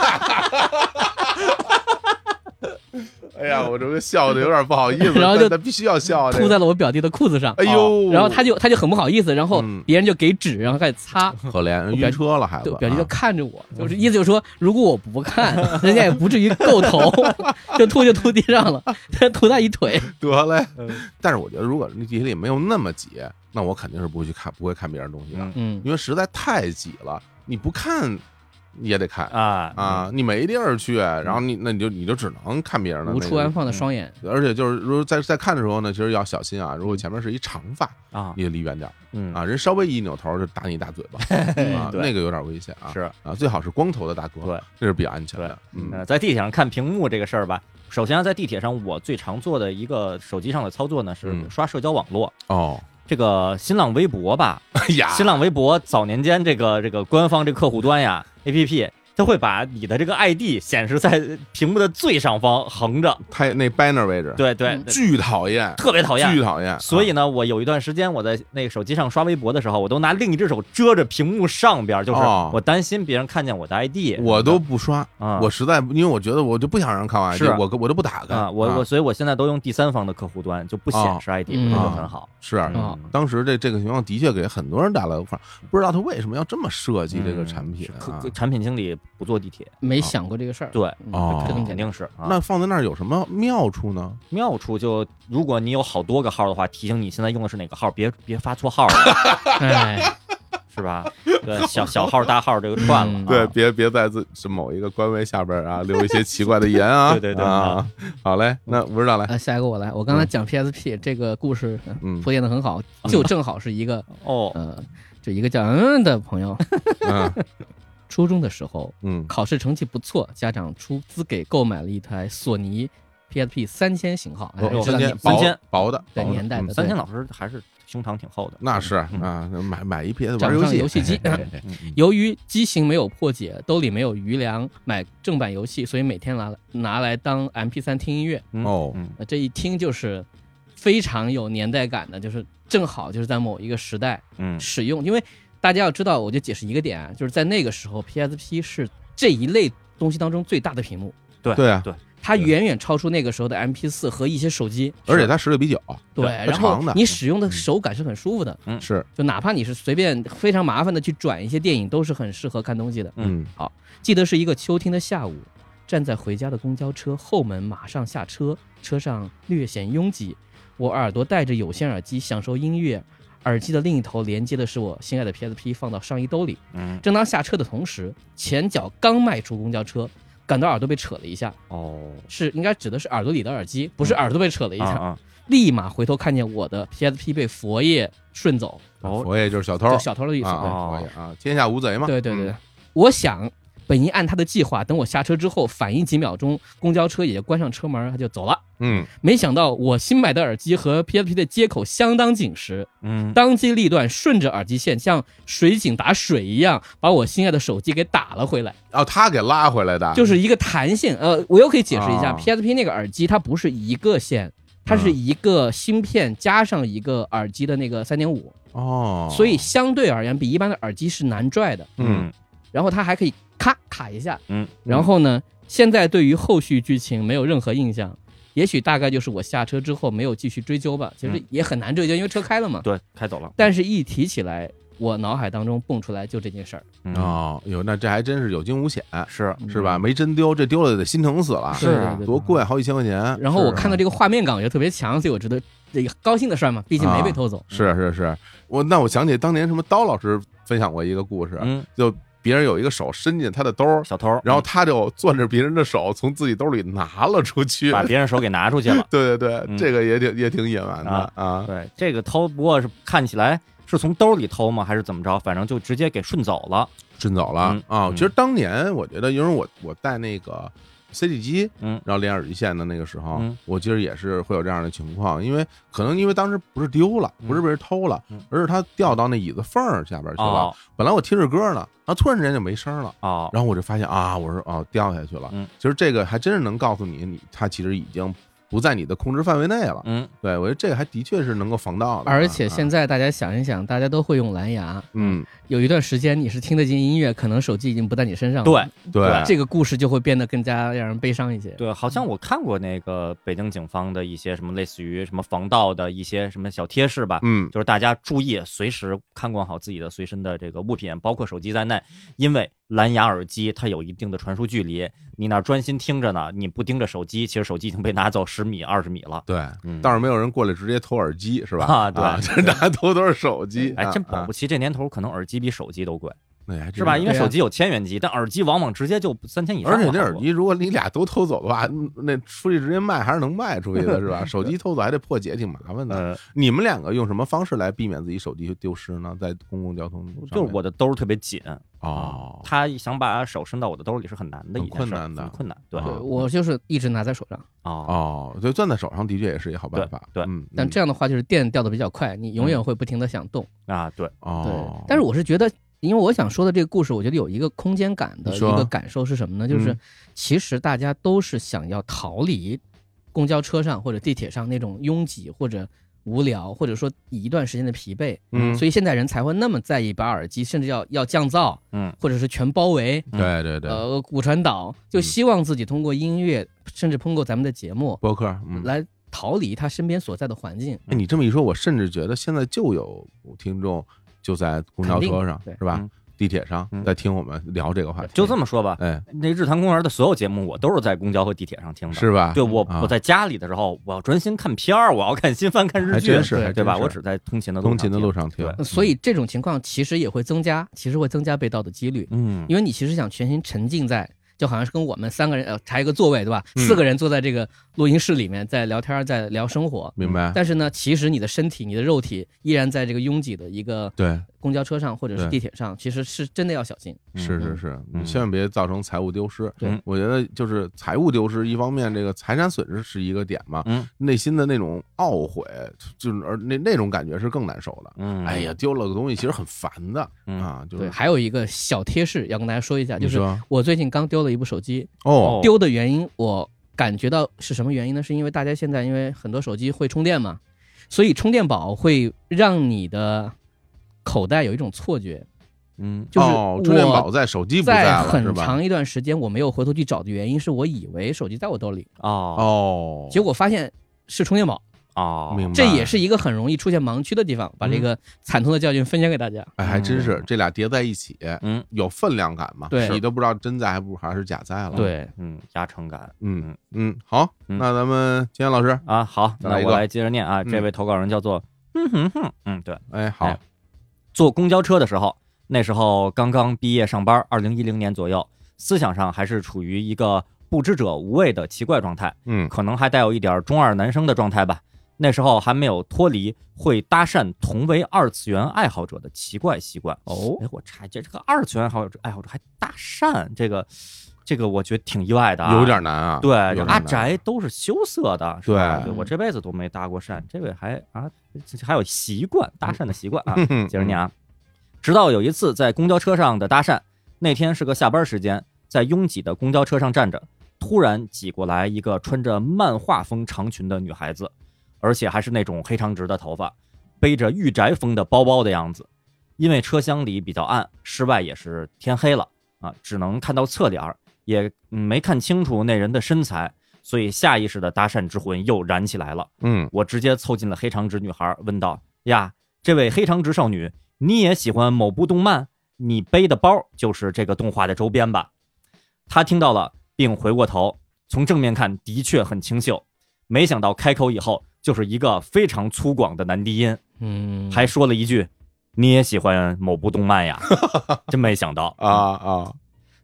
哎呀，我这个笑的有点不好意思，
然后就
但但必须要笑啊，这
吐
个
在了我表弟的裤子上，
哎呦，
然后他就他就很不好意思，然后
嗯
别人就给纸，然后开始擦，
可怜
我表
晕车了，孩子
就
啊，
表弟就看着我，就是意思就是说，如果我不看，人家也不至于够头，就吐就吐地上了，吐他一腿。
得嘞
嗯。
但是我觉得，如果那地铁里没有那么挤，那我肯定是不会去看，不会看别人东西的，
嗯
嗯，
因为实在太挤了，你不看也得看
啊
啊，你没地儿去，然后你那你就你就只能看别人的
无
那
处
个
安。放的双眼，
而且就是，如果在在看的时候呢，其实要小心啊。如果前面是一长发，
啊
你就离远点儿
嗯
啊，人稍微一扭头就打你一大嘴巴啊，
对
那个有点危险啊。
是。
啊，最好是光头的大哥，
对，
那是比较安全
对
的。嗯
呃，在地铁上看屏幕这个事儿吧，首先啊在地铁上我最常做的一个手机上的操作呢是
嗯
刷社交网络。
哦，
这个新浪微博吧，
哎呀，
新浪微博早年间这个这个官方这个客户端呀，APP，它会把你的这个 ID 显示在屏幕的最上方横着，
太那 banner 位置，
对对，
嗯
对
巨讨厌，
特别讨厌
巨。讨厌。
所以
啊
呢，我有一段时间我在那个手机上刷微博的时候，我都拿另一只手遮着屏幕上边儿，就是
哦
我担心别人看见我的 ID。
我都不刷，
啊，
我实在因为我觉得我就不想让人看我 ID，
是
我我都不打开
啊，我我所以我现在都用第三方的客户端，就不显
哦
示 ID，
嗯
这就很好。嗯
是嗯
啊
当时这这个情况的确给很多人带来反，不知道他为什么要这么设计这个产品
嗯可
啊
可？产品经理不坐地铁，
没想过这个事儿。
对，
嗯，
哦
这么
肯
简单。
定是啊。
那放在那儿有什么妙处呢？
妙处就，如果你有好多个号的话，提醒你现在用的是哪个号，别别发错号了，
哎，
是吧？对，小小号大号这 个串了啊。
嗯
对，别别在自是某一个官微下边啊留一些奇怪的言啊！
对对嗯对
啊！好嘞，那吴指 导来，
啊，下一个我来。我刚才讲 PSP 这个故事呃
嗯
铺垫的很好，就正好是一个
哦，
呃，就一个叫嗯的朋友，
嗯
初中的时候
嗯
考试成绩不错，家长出资给购买了一台索尼 PSP 三千型号，哎
哦，
知道
三
你
千
三
薄
千
薄的
对
薄的
年代
嗯
的
三千老师还是胸膛挺厚的。
那是
嗯
啊，买买一别的玩
掌上
戏嗯
游戏机。由于机型没有破解，兜里没有余粮买正版游戏，所以每天拿拿来当 MP3 听音乐。呃
嗯
哦
嗯
那这一听就是非常有年代感的，就是正好就是在某一个时代
嗯
使用。因为大家要知道，我就解释一个点啊，就是在那个时候，PSP 是这一类东西当中最大的屏幕，
对
对啊
对，
它
对
远远超出那个时候的 MP 四和一些手机，
而且它十六比啊九，
对，
它
然后
长的嗯
你使用的手感是很舒服的，
是，
就哪怕你是随便非常麻烦的去转一些电影，都是很适合看东西的。
嗯
记得是一个秋天的下午，站在回家的公交车后门，马上下车，车上略显拥挤。我耳朵戴着有线耳机享受音乐，耳机的另一头连接的是我心爱的 PSP，放到上衣兜里。
嗯，
正当下车的同时，前脚刚迈出公交车，感到耳朵被扯了一下，
哦，
是应该指的是耳朵里的耳机，不是耳朵被扯了一
啊
嗯
下。
啊，
立马回头看见我的 PSP 被佛爷顺走，
哦
佛爷嗯就是小偷
就小偷的意思。
啊，
哦
佛爷啊，天下无贼嘛，
对对对，
嗯，
我想本应按他的计划，等我下车之后反应几秒钟，公交车也就关上车门，他就走了。
嗯，
没想到我新买的耳机和 PSP 的接口相当紧实，
嗯，
当机立断，顺着耳机线像水井打水一样，把我心爱的手机给打了回来，
哦，他给拉回来的，
就是是一个弹性。呃，我又可以解释一下
啊
，PSP 那个耳机它不是一个线。它是
嗯
一个芯片加上一个耳机的那个三点五，
哦，
所以相对而言比一般的耳机是难拽的。
嗯，
然后它还可以咔卡一下，
嗯，
然后呢，现在对于后续剧情没有任何印象，也许大概就是我下车之后没有继续追究吧，其实
嗯
也很难追究，因为车开了嘛。
对，开走了。
但是，一提起来，我脑海当中蹦出来就这件事儿，
嗯，
哦，哟，那这还真是有惊无险，
是
嗯
是吧？没真丢，这丢了得心疼死了，
是啊
对对对
多贵，好几千块钱。
然后我
啊是
看到这个画面感，我觉得特别强，所以我觉得这个高兴的事儿嘛，毕竟没被偷走。
是是是，我那我想起当年什么刀老师分享过一个故事，
嗯，
就别人有一个手伸进他的兜儿，
小偷，
然后他就攥着别人的手从自己兜里拿了出去。。
嗯把别人手给拿出去了
对对对，
嗯
这个也挺也挺野蛮的啊。
对，这个偷不过是看起来是从兜里偷吗，还是怎么着？反正就直接给顺走了。
顺走了
嗯
啊。
嗯
其实当年我觉得，因为我我带那个 CT 机，
嗯
然后连耳机线的那个时候，
嗯
我记得也是会有这样的情况，因为可能因为当时不是丢了，
嗯
不是被人偷了，
嗯
而是它掉到那椅子缝儿下边去了。
哦
本来我听着歌呢，然后突然之间就没声了。
哦，
然后我就发现啊，我说哦，掉下去了。
嗯
其实这个还真是能告诉你，你它其实已经不在你的控制范围内了。
嗯，
对我觉得这个还的确是能够防盗的啊。
而且现
在，
在大家想一想，大家都会用蓝牙，
嗯，
有一段时间你是听得进音乐，可能手机已经不在你身上了。
嗯
对，
对，
这个故事就会变得更加让人悲伤一些。
对，好像我看过那个北京警方的一些什么类似于什么防盗的一些什么小贴士吧，
嗯，
就是大家注意随时看管好自己的随身的这个物品，包括手机在内，因为蓝牙耳机它有一定的传输距离，你那儿专心听着呢，你不盯着手机，其实手机已经被拿走十米、二十米了。
对，
嗯
倒是没有人过来直接偷耳机，是吧？
啊对
这大家偷都是手机，
哎，真保
啊
不齐这年头可能耳机比手机都贵，
那还真
是吧？因为
对
手
啊
机有千元机，但耳机往往直接就三千以上
而
了。
且那
好
耳
多
机，如果你俩都偷走的话，嗯那出去直接卖还是能卖出去 的，是吧？手机偷走还得破解，挺麻烦的。
呃，
你们两个用什么方式来避免自己手机丢失呢？在公共交通上面，
就是我的兜儿特别紧，
哦，
嗯
他想把手伸到我的兜里是很难的一
很
件
困
事儿，
难的
很困难。对，
啊
对，我就是一直拿在手上。
哦，
哦，对，攥在手上的确也是一好办法。
对对
嗯，
但
嗯
这样的话就是电掉的比较快，你永远会不停的想动。
啊，对，
哦，
但是我是觉得，因为我想说的这个故事，我觉得有一个空间感的
你
一
说
个感受是什么呢？就是
嗯
其实大家都是想要逃离公交车上或者地铁上那种拥挤或者无聊，或者说一段时间的疲惫，
嗯，
所以现在人才会那么在意把耳机，甚至要要降噪，
嗯，
或者是全包围，
嗯对对对，
呃，骨传导，就
嗯
希望自己通过音乐，甚至通过咱们的节目
博客，嗯，
来逃离他身边所在的环境。
哎你这么一说，我甚至觉得现在就有听众就在公交车上
肯，定对
是吧
嗯？
地铁上
嗯
在听我们聊这个话题，
就这么说吧，
哎，
那日坛公园的所有节目，我都是在公交和地铁上听的。
是吧？
对我，
啊
我在家里的时候，我要专心看片儿，我要看新番、看日
还
剧
真，是，
对
还
对吧？
真
我
是
只在通勤的路上
通
听。
勤的路上听
对，
所以这种情况其实也会增加，其实会增加被盗的几率，
嗯，
因为你其实想全心沉浸在，就好像是跟我们三个人呃查一个座位对吧？
嗯
四个人坐在这个录音室里面在聊天儿，在聊生活。
明白？
但是呢，其实你的身体、你的肉体依然在这个拥挤的一个
对，
公交车上或者是
对
地铁上，其实是真的要小心。
是是
嗯
是，你
嗯
千万别造成财务丢失。
对
我觉得就是财务丢失，一方面这个财产损失是一个点嘛，
嗯
内心的那种懊悔，就是而那那种感觉是更难受的。
嗯，
哎呀，，丢了个东西其实很烦的
嗯
啊，就
对，
是
还有一个小贴士要跟大家说一下，
你
就是
说
我最近刚丢了一部手机，
哦，
丢的原因，我感觉到是什么原因呢？是因为大家现在因为很多手机会充电嘛，所以充电宝会让你的口袋有一种错觉，
嗯，
就是
哦，充电
我
宝在，手机不
在
了是
很
吧？
长一段时间我没有回头去找的原因，是我以为手机在我兜里，
哦
哦，
结果发现是充电宝，
哦，
明白，嗯
这也是一个很容易出现盲区的地方。把这个惨痛的教训分享给大家。
哎，还真是
嗯
这俩叠在一起，
嗯
有分量感嘛？
对
你都不知道真在还不还是假在了。，
对，
嗯，加成感
嗯嗯，好，
嗯
那咱们金岩老师，
啊。好，
再
那
来一嗯
我
个
来接着念啊。这位投稿人叫做嗯哼哼，嗯，对，
哎，好
哎，坐公交车的时候，那时候刚刚毕业上班，二零一零年左右，思想上还是处于一个不知者无畏的奇怪状态，
嗯
可能还带有一点中二男生的状态吧。那时候还没有脱离会搭讪同为二次元爱好者的奇怪习惯。
哦，
哎，我查这这个二次元爱好者爱好者还搭讪，这个这个我觉得挺意外的、啊，
有点难啊。
对，
有
这
点
阿
难
宅都是羞涩的，是吧
对
我这辈子都没搭过讪，这位还啊，这这还有习惯搭讪的习惯啊。
哼
接着念啊，直到有一次在公交车上的搭讪，那天是个下班时间，在拥挤的公交车上站着，突然挤过来一个穿着漫画风长裙的女孩子，而且还是那种黑长直的头发，背着御宅风的包包的样子。因为车厢里比较暗，室外也是天黑了啊，只能看到侧脸儿，也嗯没看清楚那人的身材，所以下意识的搭讪之魂又燃起来了。
嗯，
我直接凑近了黑长直女孩，问道：“呀，这位黑长直少女，你也喜欢某部动漫？你背的包就是这个动画的周边吧？”她听到了，并回过头，从正面看的确很清秀。没想到开口以后就是一个非常粗犷的男低音，
嗯，
还说了一句：“你也喜欢某部动漫呀？”真没想到
啊！啊，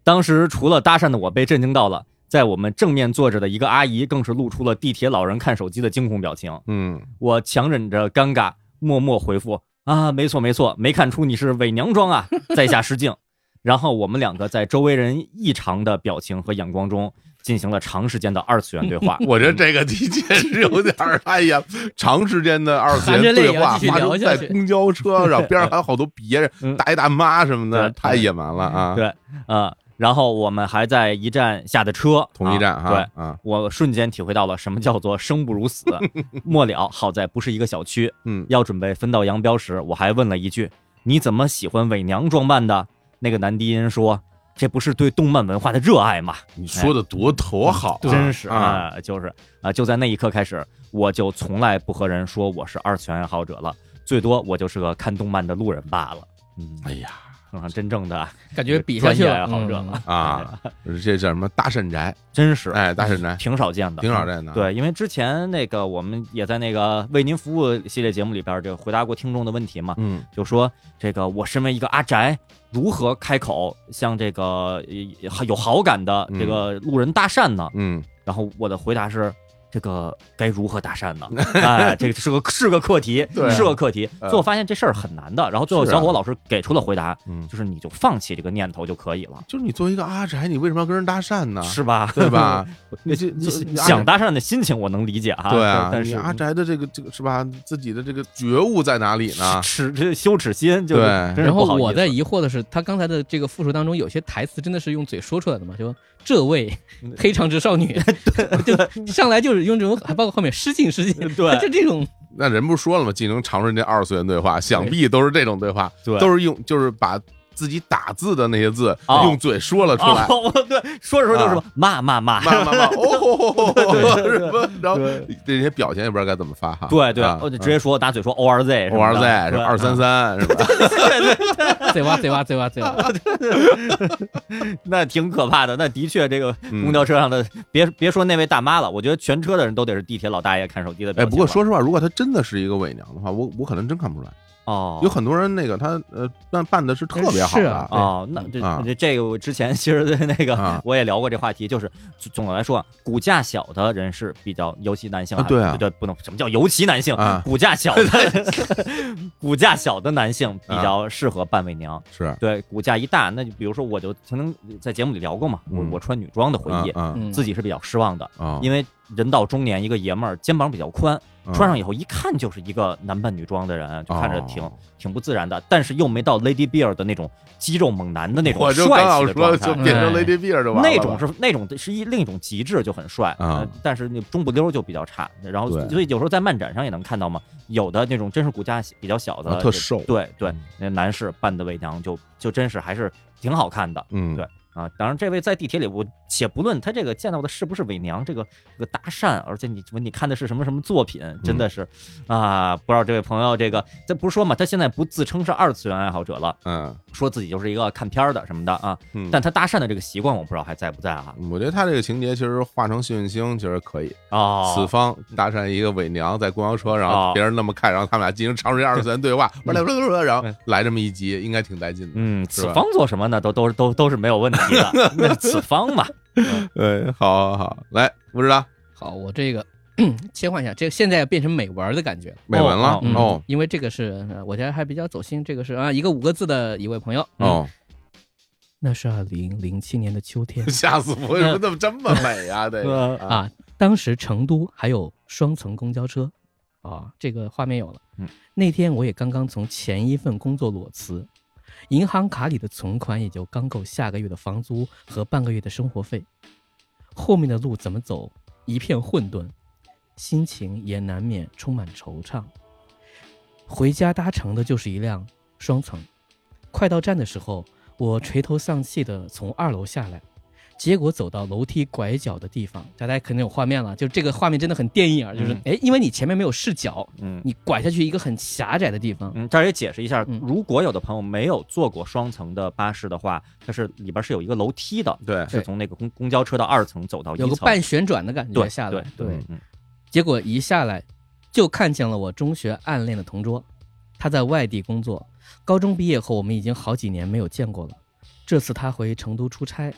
当时除了搭讪的我被震惊到了，在我们正面坐着的一个阿姨更是露出了地铁老人看手机的惊恐表情。
嗯。
我强忍着尴尬，默默回复啊，没错没错，没看出你是伪娘装啊，在下失敬。然后我们两个在周围人异常的表情和眼光中进行了长时间的二次元对话
我觉得这个的确是有点儿，哎呀，长时间的二次
含着
元
泪
对
要
话
继续
发生
聊下
在
去
公交车上，边上还有好多别人
嗯
大爷大妈什么的，
对
太野蛮了啊！
对啊、然后我们还在一站下的车，
同一站
啊
哈，
对，
啊，
我瞬间体会到了什么叫做生不 如死。末了，好在不是一个小区，
嗯
要准备分道扬镳时，我还问了一句：“你怎么喜欢伪娘装扮的？”那个男低音说：“这不是对动漫文化的热爱吗？”
你说的多多好啊，
真是
啊，
啊，就是啊，就在那一刻开始，我就从来不和人说我是二次元爱好者了，最多我就是个看动漫的路人罢了。嗯，
哎呀
碰上真正的
感觉比下去
专业爱
了，
好者
嗯
了
啊，这叫什么大善宅？
真是
哎，大善宅，
挺少见的，嗯
挺少见的，，啊
对，因为之前那个我们也在那个为您服务系列节目里边儿就回答过听众的问题嘛，
嗯
就说这个我身为一个阿宅，如何开口向这个呃有好感的这个路人搭讪呢？
嗯，
然后我的回答是。这个该如何搭讪 呢？哎，这个是个是个课题，
对
是个课题。
呃
最后发现这事儿很难的，然后最后
是啊
小伙老师给出了回答，
嗯，
就是你就放弃这个念头就可以了，
就是你作为一个阿宅，你为什么要跟人搭讪呢？
是吧？
啊对 吧？你这
你
你
想
你啊
想搭讪的心情我能理解哈，
对啊，
但
你
是
阿宅的这个这个是吧？自己的这个觉悟在哪里呢？
耻这羞耻心，就是
对
真是
然后
不好意思
我在疑惑的是，他刚才的这个复述当中，有些台词真的是用嘴说出来的吗？就这位
嗯
黑长直 少女，对， 就上来就是用这种，还包括后面失敬失敬，
嗯对
就这种
那人不是说了吗？技能尝试那二次元对话，想必都是这种对话，
对
都是用就是把自己打字的那些字
哦
用嘴说了出
哦，
来。啊
我对，说着说着就是骂骂骂，
骂骂骂！ 哦，什么？然后
对
这些表情也不知道该怎么发哈。
对对，哦
啊
我就直接说打嘴说 O R Z
O R Z 是吧二三，
啊
三是吧？
贼哇贼哇贼哇贼 哇，
那挺可怕的。那的确，这个
嗯
公交车上的，别别说那位大妈了，我觉得全车的人都得是地铁老大爷看手机的表
哎，
情吧。
不过说实话，如果她真的是一个伪娘的话，我我可能真看不出来。
哦，
有很多人那个她呃，办办的是特别好
是
的
啊
哦，那这
啊
这这个我之前 其实那个
啊
我也聊过这话题，就是总总的来说啊，骨架小的人是比较尤其男性
啊对啊
对，不能什么叫尤其男性
啊
骨架小的 骨架小的男性
啊
比较适合扮伪娘，
是啊
对，骨架一大，那就比如说我就曾经在节目里聊过嘛，我
嗯
我穿女装的回忆，
啊
嗯
自己是比较失望的，
啊，
因为人到中年一个爷们儿，肩膀比较宽，
嗯
穿上以后一看就是一个男扮女装的人，就看着挺、
哦
挺不自然的，但是又没到 Lady Bear 的那种肌肉猛男的那种
嗯我
帅
就刚好
气的
说就
状态。
变成 Lady Bear 就完了吧，
那种是那种是一另一种极致，就很帅
啊
呃但是那中不溜就比较差。然后
对
所以有时候在漫展上也能看到嘛，有的那种真是骨架比较小的，
啊特瘦
对对，那男士扮的伪娘就就真是还是挺好看的。
嗯，
对啊，当然，这位在地铁里，我且不论他这个见到的是不是伪娘，这个这个搭讪，而且你你看的是什么什么作品，真
嗯
的是、啊，不知道这位朋友这个，这不是说嘛，他现在不自称是二次元爱好者了，
嗯
说自己就是一个看片儿的什么的啊，
嗯，哦
但他搭讪的这个习惯，我不知道还在不在啊？
我觉得他这个情节其实画成幸运星其实可以，此
哦，
方搭讪一个伪娘在公交车，然
哦
后别人那么看，然后他们俩进行长时间二次元对话，不是不是不是，然后来这么一集，应该挺带劲的。
嗯，
是吧
此方做什么呢？都都都都是没有问题 的，那此方嘛，
对，哎好好好，来，不知道
好，我这个 切换一下，这个现在变成美文的感觉了。嗯
美文了
哦
哦
因为这个是呃我家还比较走心，这个是啊一个五个字的一位朋友，
哦，
嗯
那是二零零七年的秋 天
吓死我！
嗯
说怎么这么美啊？ 这个
呃
啊
啊，当时成都还有双层公交车啊，这个画面有了。
嗯，
那天我也刚刚从前一份工作裸辞，银行卡里的存款也就刚够下个月的房租和半个月的生活费，后面的路怎么走一片混沌，心情也难免充满惆怅。回家搭乘的就是一辆双层，快到站的时候，我垂头丧气地从二楼下来。结果走到楼梯拐角的地方，大家肯定有画面了，就这个画面真的很电影啊，就是
嗯
哎、因为你前面没有视角，
嗯。
你拐下去一个很狭窄的地方，
嗯，这儿也解释一下，
嗯
如果有的朋友没有坐过双层的巴士的话，它是里边是有一个楼梯的，
对，
是从那个公公交车的二层走到一
有
层，
个半旋转的感觉
对
下来，
对
对
嗯
结果一下来就看见了我中学暗恋的同桌，他在外地工作，高中毕业后我们已经好几年没有见过了。这次他回成都出差，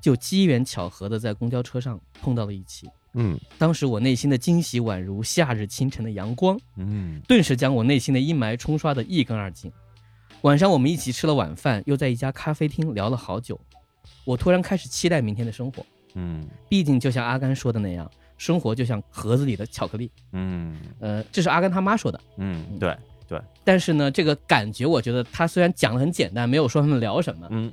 就机缘巧合的在公交车上碰到了一起。
嗯
当时我内心的惊喜宛如夏日清晨的阳光，
嗯
顿时将我内心的阴霾冲刷得一干二净。晚上我们一起吃了晚饭，又在一家咖啡厅聊了好久。我突然开始期待明天的生活，
嗯
毕竟就像阿甘说的那样，生活就像盒子里的巧克力。
嗯
呃，这是阿甘他妈说的。
嗯，对，
但是呢，这个感觉我觉得他虽然讲的很简单，没有说他们聊什么，
嗯，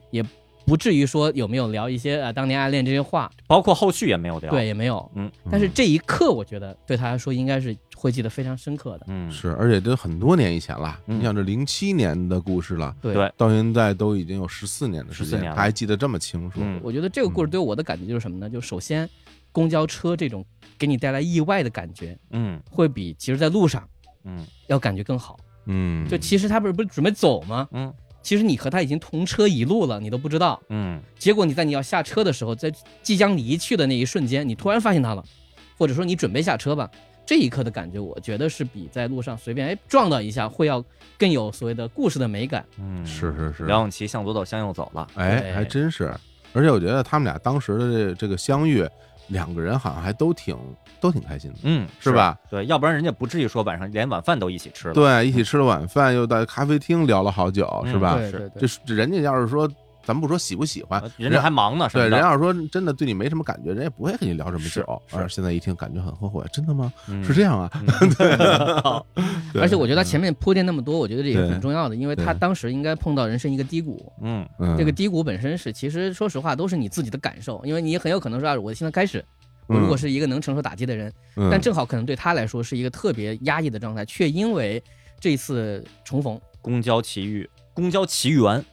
不至于说有没有聊一些呃当年暗恋这些话，
包括后续也没有聊，
对，，也没有。
嗯
但是这一刻，我觉得对他来说应该是会记得非常深刻的。
嗯
是，而且这很多年以前了，
嗯
你想这零七年的故事了，
对，
对
到现在都已经有十四年的时
14
间，
年了
他还记得这么清楚，
嗯
我觉得这个故事对我的感觉就是什么呢？就首先，公交车这种给你带来意外的感觉，
嗯
会比其实在路上
嗯
要感觉更好。
嗯，
就其实他不是不是准备走吗？
嗯
其实你和他已经同车一路了，你都不知道。
嗯
结果你在你要下车的时候，在即将离去的那一瞬间，你突然发现他了，或者说你准备下车吧，这一刻的感觉，我觉得是比在路上随便哎撞到一下会要更有所谓的故事的美感。
嗯，
是是是，
梁咏琪向左走向右走了，
哎，
对
还真是。而且我觉得他们俩当时的这这个相遇，两个人好像还都挺都挺开心的，
嗯，
是？吧？
对，要不然人家不至于说晚上连晚饭都一起吃了，
对，一起吃了晚饭，又到咖啡厅聊了好久，
嗯
是吧？
对是
这是这人家要是说，咱们不说喜不喜欢
呃，人家还忙呢，什
对，
么
人
的，
要是说真的对你没什么感觉，人也不会跟你聊这么
是
久。
是
而现在一听，感觉很后悔，真的吗？
嗯
是这样啊？
嗯
对
而且我觉得他前面铺垫那么多，我觉得这也
对
很重要的，因为他
对
当时应该碰到人生一个低谷。
嗯
嗯
这个低谷本身是，其实说实话都是你自己的感受，因为你也很有可能说，啊，我现在开始，我
嗯
如果是一个能承受打击的人，
嗯
但正好可能对他来说是一个特别压抑的状态，却因为这次重逢
公交奇遇，公交奇缘，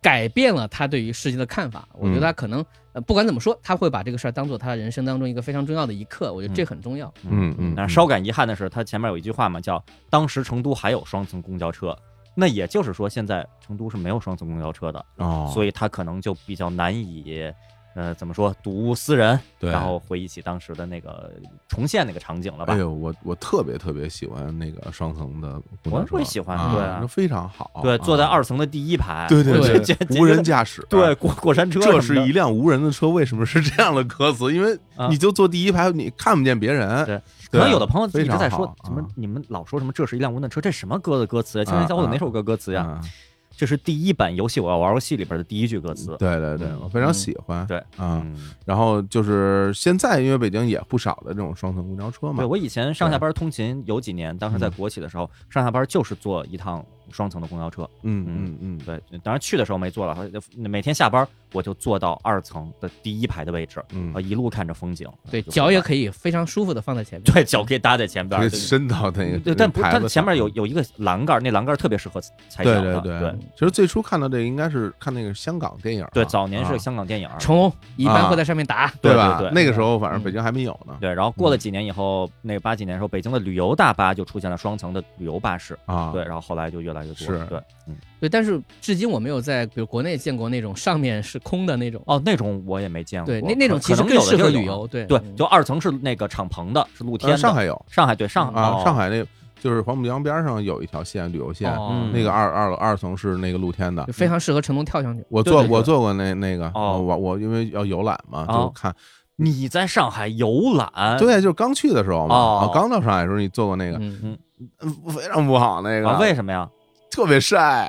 改变了他对于世界的看法。我
嗯
觉得他可能，呃，不管怎么说，他会把这个事儿当做他人生当中一个非常重要的一刻。我觉得这很重要。
嗯嗯
但
嗯
是稍感遗憾的是，它前面有一句话嘛，叫“当时成都还有双层公交车”，那也就是说，现在成都是没有双层公交车的，
哦，
所以它可能就比较难以，呃，怎么说，睹物思人，
对
然后回忆起当时的那个重现那个场景了吧
哎？呦，我我特别特别喜欢那个双层的公交
我
车，
也喜欢
啊
对啊
那非常好。
对，坐在
啊
二层的第一排，
对对
我就
对
觉得
无人驾驶，啊
对。过过山车什么
这
的，
是一辆无人的车，为什么是这样的歌词？因为
啊
你就坐第一排，你看不见别人。
对可
对啊
能有的朋友一
非
直
常
在说
好
什么
啊，
你们老说什么这是一辆无人车，这什么歌的歌词呀？青年小伙子
啊
哪首歌歌词呀？
嗯
这是第一版游戏我要玩游戏里边的第一句歌词。
对对对，
嗯
我非常喜欢。
对
啊，
嗯，
然后就是现在，因为北京也不少的这种双层公交车嘛
嗯对，我以前上下班通勤有几年，当时
嗯
在国企的时候，上下班就是坐一趟双层的公交车。
嗯嗯
嗯
嗯，
对，当然去的时候没坐了，呃每天下班我就坐到二层的第一排的位置，
嗯
啊，一路看着风景。
对，
就
脚也可
以，
以非常舒服的放在前面。
对，脚可以搭在前边
可以
儿。
伸到那个，
对，但不，它
它
前面有有一个栏杆儿，那栏杆儿特别适合踩脚
对
的。
对
对，
其实最初看到这个应该是看那个香港电影啊，
对，早年
啊
是香港电影儿，
成龙一般
啊
会在上面打，
对
吧
对？对嗯
那个时候反正北京还没有呢
对，然后
嗯
过了几年以后，那个八几年的时候，北京的旅游大巴就出现了双层的旅游巴士，
啊，
对，，然后后来就越来越多，
是
对，嗯，
对，但是至今我没有在比如国内见过那种上面是空的那种。
哦，那种我也没见过，
对，那
可
那种其实
可能
更
有的
适
地
合
儿有
旅游。对
对，
嗯
就二层是那个敞篷的，是露天
呃
的，哦
上海有
上海对上海
啊，上海
海
那就是黄浦江边上有一条线旅游线，
哦
嗯
嗯
那个二二二层是那个露天的
就，非常适合成龙跳上去。
我坐
对对对
我坐过那那个，
哦
我我因为要游览嘛，
哦
就看，
你在上海游览，
对，就是刚去的时候嘛，
哦
啊刚到上海的时候你坐过那个，
嗯，
嗯非常不好那个，
啊，为什么呀？
特别晒，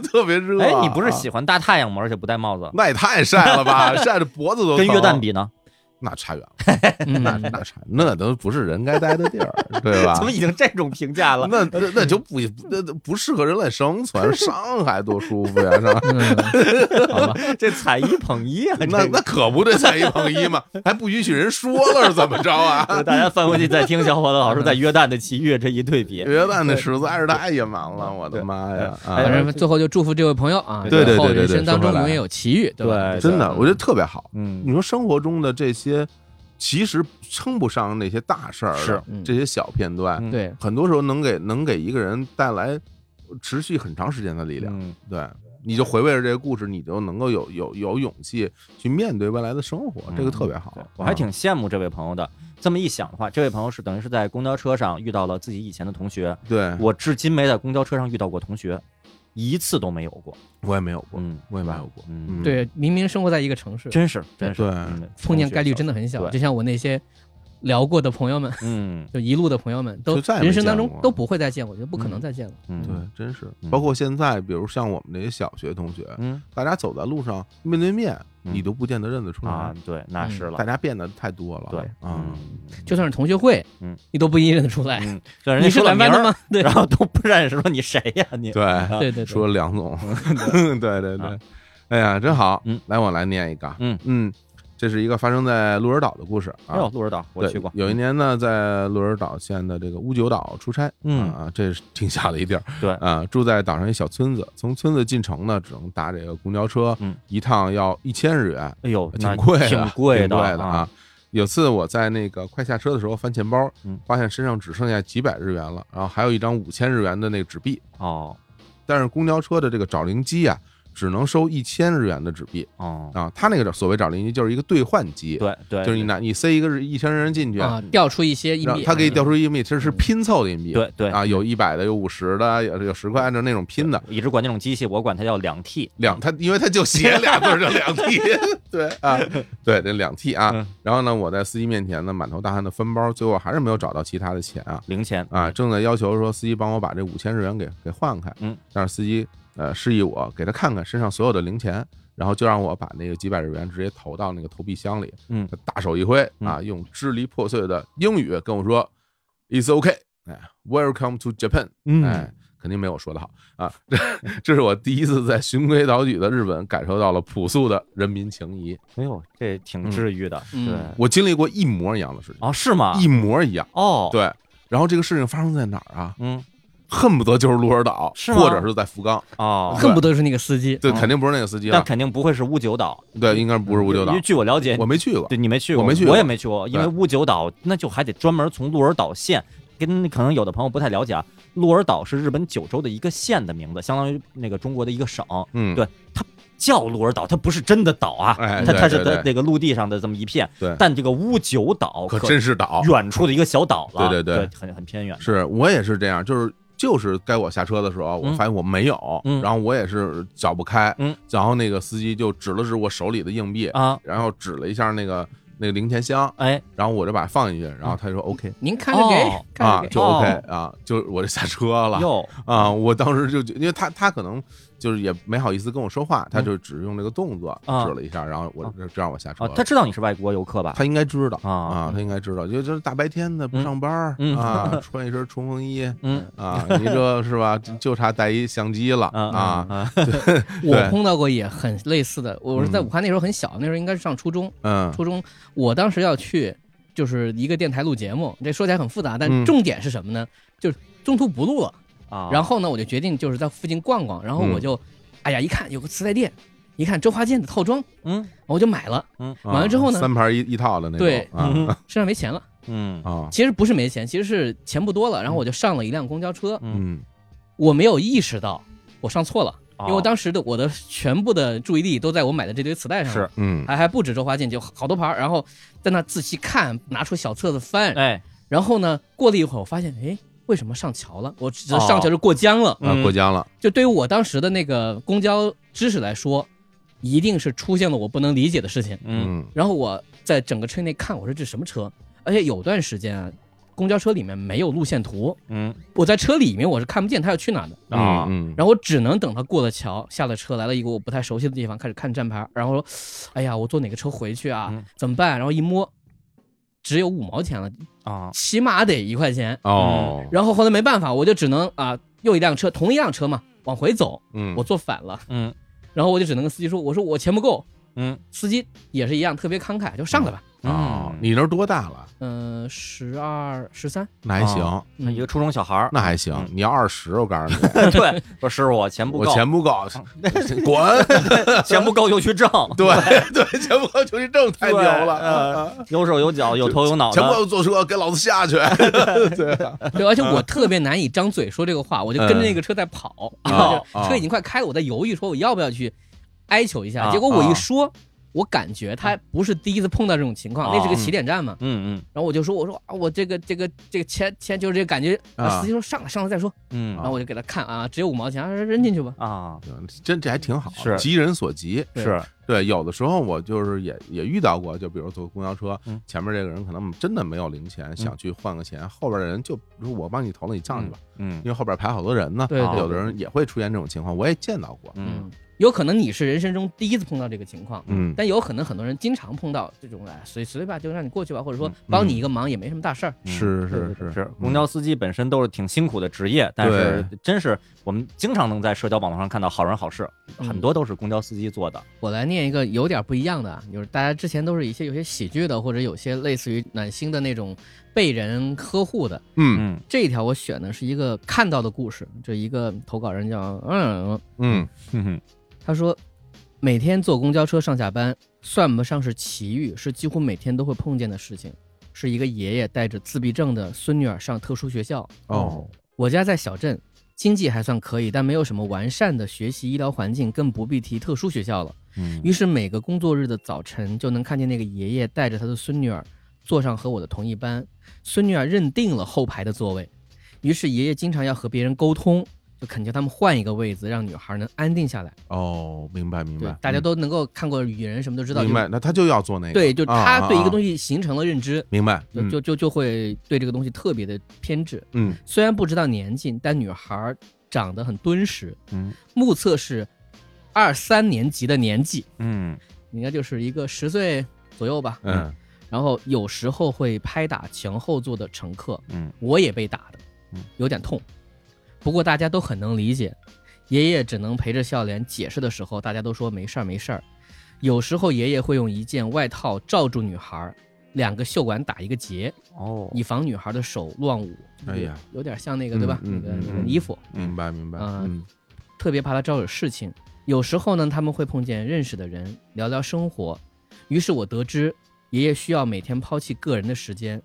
特别热。
哎，你不是
啊
喜欢大太阳吗？而且不戴帽子，
那也太晒了 吧，晒的脖子都
跟
疼
约旦比呢？
那差远了，
嗯
那 那差那都不是人该待的地儿，对吧
怎？么已经这种评价了？
那那那就不那那不适合人类生 存，上海多舒服呀！上海
嗯
好吧，这踩一捧一啊，
那
这个
那可不，这才一捧一 嘛，还不允许人说了是怎么着啊？
大家翻回去再听小伙子老师在约旦的奇遇这一 对比，
约旦那实在是太野蛮了，我的妈呀！啊
哎
反正最后就祝福这位朋友啊，
对对
以后
对对
人
对
生当
说
中
回来
永远有奇遇，吧？
对
真的，我觉得特别好。
嗯
你说生活中的这些，其实称不上那些大事儿的，
是
嗯
这些小片段，
嗯
对，
很多时候能给能给一个人带来持续很长时间的力量。
嗯
对，你就回味着这个故事，你就能够有有有勇气去面对未来的生活，这个特别好
嗯对。我还
啊
挺羡慕这位朋友的。这么一想的话，这位朋友是等于是在公交车上遇到了自己以前的同学，
对，
我至今没在公交车上遇到过同学，一次都没有过。
我也没有过，
嗯，
我也没有过。
嗯，
嗯
对，明明生活在一个城市，
真是真是，
对
嗯
碰见概率真的很
同
小。
学
就像我那些聊过的朋友们，
嗯
就一路的朋友们，都
就再也没
人生当
见
中
过
都不会再见，我觉得不可能再见了。
嗯，
对，真是
嗯，
包括现在，比如像我们这些小学同学，
嗯
大家走在路上面对面，
嗯
你都不见得认得出
啊
来。，
对，那是
大
了，
家变得太多了，
对，
啊，
嗯，
就算是同学会，
嗯，
你都不一定认得出来。
嗯，就人
你
家
是
说了
蓝
名
班的
儿，
吗？对
然后都不认识，说你谁呀你？
对，
对对对，
说梁总， 对对对
啊，
哎呀，真好，
嗯，
来我来念一个，
嗯
嗯，这是一个发生在鹿儿岛的故事
哎呦，
啊。
鹿儿岛我
对
去过，
有一年呢，在鹿儿岛县的这个乌九岛出差，
嗯
啊，这是挺小的一地儿，
对
啊，住在岛上一小村子，从村子进城呢，只能搭这个公交车，
嗯，
一趟要一千日元，
哎呦，那
挺贵的，
挺
挺的
贵的
啊。。有次我在那个快下车的时候翻钱包
嗯，
发现身上只剩下几百日元了，然后还有一张五千日元的那个纸币，
哦
但是公交车的这个找零机啊，只能收一千日元的纸币
哦，
啊。它那个所谓找零机就是一个兑换机，
对对，
就是你拿你塞一个一千日元进去，
啊，调出一些硬
然后
币，
它给你
嗯
调出一硬币，其实是拼凑的硬币，
对对
啊，有一百的，有五十的，有有十块，按照那种拼的。
一直管那种机器，我管它叫两 T
两，它因为它就写俩字儿叫两 T，对 啊，对这两 T 啊
嗯。
然后呢，我在司机面前呢满头大汗的翻包，最后还是没有找到其他的钱啊
零钱
啊！，正在要求说司机帮我把这五千日元给给换开，
嗯，
但是司机呃示意我给他看看身上所有的零钱，然后就让我把那个几百日元直接投到那个投币箱里，
嗯
他大手一挥啊，用支离破碎的英语跟我说，It's OK，哎，Welcome to Japan，哎
嗯，，
肯定没有我说的好啊。 这这是我第一次在循规蹈矩的日本感受到了朴素的人民情谊。
哎呦，这挺治愈的，
嗯
对，
我经历过一模一样的事情，
哦是吗？
一模一样。
哦，，
对，然后这个事情发生在哪儿啊？
嗯，
恨不得就是鹿儿岛，
是吗
或者是在福冈。
哦，
恨不得是那个司机。啊
对，
哦
肯定不是那个司机
但
了。
肯定不会是乌九岛，
对，应该不是五九岛
因为，据我了解，
我没去过。
对你没去过，
我没去过
我也没去过，因为乌九岛那就还得专门从鹿儿岛县。跟可能有的朋友不太了解啊，鹿儿岛是日本九州的一个县的名字，相当于那个中国的一个省，
嗯，
对叫鹿儿岛，它不是真的岛啊，
哎
它
对
它
对
是它
对
那个陆地上的这么一片，
对
但这个乌九岛
可真是岛。
远处的一个小岛了，
对对对
对，很很偏远，
是我也是这样，就是就是该我下车的时候，我
嗯
发现我没有，
嗯
然后我也是找不开，
嗯，
然后那个司机就指了指我手里的硬币，
啊，
然后指了一下那个那个零钱箱，
哎，
然后我就把它放进去，然后
嗯
他就说 OK。
您看着给
哦，
看
啊
着，给
就 OK
哦
啊，就我就下车了
哟，
啊！我当时就因为他他可能就是也没好意思跟我说话，他就只用这个动作
嗯啊
指了一下，然后我
啊
这这让我下车
啊
了。，
他知道你是外国游客吧？
他应该知道
啊
啊，他应该知道，就就是大白天的不
嗯
上班儿
嗯
啊，穿一身冲锋衣
嗯
啊，你这是吧？就就差带一相机 了
啊
啊，
啊
对
我碰到过也很类似的，我是在
嗯
武汉那时候很小，那时候应该是上初中，
嗯
初中我当时要去就是一个电台录节目，这说起来很复杂，
嗯
但重点是什么呢？就是中途不录了，
啊！
然后呢，我就决定就是在附近逛逛，然后我就，哎呀，一看有个磁带店，一看周华健的套装，
嗯
我就买了，
嗯
啊
完了之后呢
三盘一一套的那种，
对
啊
嗯
身上没钱了，
嗯
啊，
其实不是没钱，其实是钱不多了，然后我就上了一辆公交车，
嗯，
嗯
我没有意识到我上错了，因为我
哦
当时的我的全部的注意力都在我买的这堆磁带上，
是
嗯
还还不止周华健，就好多盘儿，然后在那仔细看，拿出小册子翻，
哎
然后呢，过了一会儿，我发现，哎，为什么上桥了？我只上桥就过江了。
啊，
嗯
过江了，
就对于我当时的那个公交知识来说，一定是出现了我不能理解的事情。
嗯
嗯
然后我在整个车内看，我说这什么车？而且有段时间啊，公交车里面没有路线图，
嗯
我在车里面我是看不见它要去哪的。
啊
嗯，
然后我只能等他过了桥，下了车，来了一个我不太熟悉的地方，开始看站牌，然后说，哎呀，我坐哪个车回去啊
嗯？
怎么办？然后一摸，只有五毛钱了，
啊
起码得一块钱。
哦，
然后后来没办法，我就只能啊，又一辆车，同一辆车嘛，往回走，
嗯，
我坐反了，
嗯
然后我就只能跟司机说，我说我钱不够，
嗯
司机也是一样，特别慷慨，就上来吧。
哦，
嗯
你那儿多大了？
嗯，十二、十三，嗯
那还行
哦，一个初中小孩 儿，
那还行
嗯。
你要二十，我告诉你，
对，说师傅我钱不
我
够，
钱不够， 滚！
钱不够就去挣，
对对，钱不够求去挣，太牛了。
对呃
啊啊
有手有脚有头有脑
钱不
的，
够坐车，给老子下去！ 对啊，
对，而且我特别难以张嘴说这个话，我就跟着那个车在跑，
嗯
然后 就
哦
车已经快开了，我在犹豫说我要不要去哀求一下。
啊
结果我一说，我感觉他不是第一次碰到这种情况，
哦
那是个起点站嘛。
嗯
然后我就说，我说啊，我这个这个这个钱钱就是这个感觉。
啊
司机说上来上来再说，
嗯
然
嗯
后我就给他看啊，只有五毛钱，啊扔进去吧。
啊
真这还挺好，
是
急人所急。
对
是
对，有的时候我就是也也遇到过，就比如坐公交车
嗯，
前面这个人可能真的没有零钱，想去换个钱，后边的人就说我帮你投了，你上去吧，
嗯
因为后边排好多人呢。
对对
有的人也会出现这种情况，我也见到过。
嗯，
有可能你是人生中第一次碰到这个情况，
嗯
但有可能很多人经常碰到这种哎，随随便吧，就让你过去吧，或者说
嗯
帮你一个忙也没什么大事儿。
是是
是
是
是
嗯，
公交司机本身都是挺辛苦的职业，但是真是我们经常能在社交网络上看到好人好事，
嗯
很多都是公交司机做的。
我来念一个有点不一样的，啊，就是大家之前都是一些有些喜剧的，或者有些类似于暖心的那种被人呵护的。
嗯
嗯
这一条我选的是一个看到的故事，这一个投稿人叫嗯，
嗯
哼哼
他说每天坐公交车上下班，算不上是奇遇，是几乎每天都会碰见的事情。是一个爷爷带着自闭症的孙女儿上特殊学校，
哦
我家在小镇，经济还算可以，但没有什么完善的学习医疗环境，更不必提特殊学校了。
嗯
于是每个工作日的早晨，就能看见那个爷爷带着他的孙女儿坐上和我的同一班。孙女儿认定了后排的座位，于是爷爷经常要和别人沟通，就恳求他们换一个位子，让女孩能安定下来。
哦，明白明
对
白，，
大家都能够看过《雨人》什么都知道，
明白，
就
那他就要做那个，啊
对，就他对一个东
西
西形成了认知，
明白，
就就就就会对这个东西特别的偏执。
嗯
虽然不知道年纪，但女孩长得很敦实，
嗯
目测是二三年级的年纪，
嗯
应该就是一个十岁左右吧。
嗯
然后有时候会拍打前后座的乘客，
嗯
我也被打的
嗯，
有点痛。不过大家都很能理解，爷爷只能陪着笑脸解释的时候，大家都说没事儿没事儿。有时候爷爷会用一件外套罩住女孩，两个袖管打一个结，
哦
以防女孩的手乱舞。
哎呀，
有点像那个
嗯
对吧？
嗯
那个
嗯
那个
嗯
衣服，
明白明白，
啊
嗯
特别怕他招惹事情。有时候呢，他们会碰见认识的人，聊聊生活。于是我得知，爷爷需要每天抛弃个人的时间，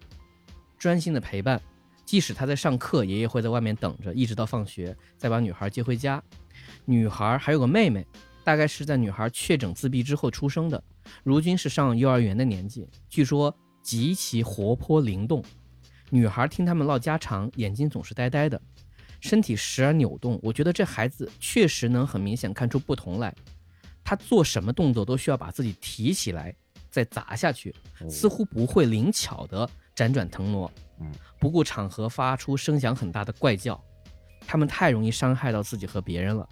专心的陪伴。即使他在上课，爷爷会在外面等着，一直到放学，再把女孩接回家。女孩还有个妹妹，大概是在女孩确诊自闭之后出生的，如今是上幼儿园的年纪，据说极其活泼灵动。女孩听他们唠家常，眼睛总是呆呆的，身体时而扭动。我觉得这孩子确实能很明显看出不同来，他做什么动作都需要把自己提起来，再砸下去，似乎不会灵巧的辗转腾挪
嗯，
不顾场合发出声响很大的怪叫。他们太容易伤害到自己和别人了。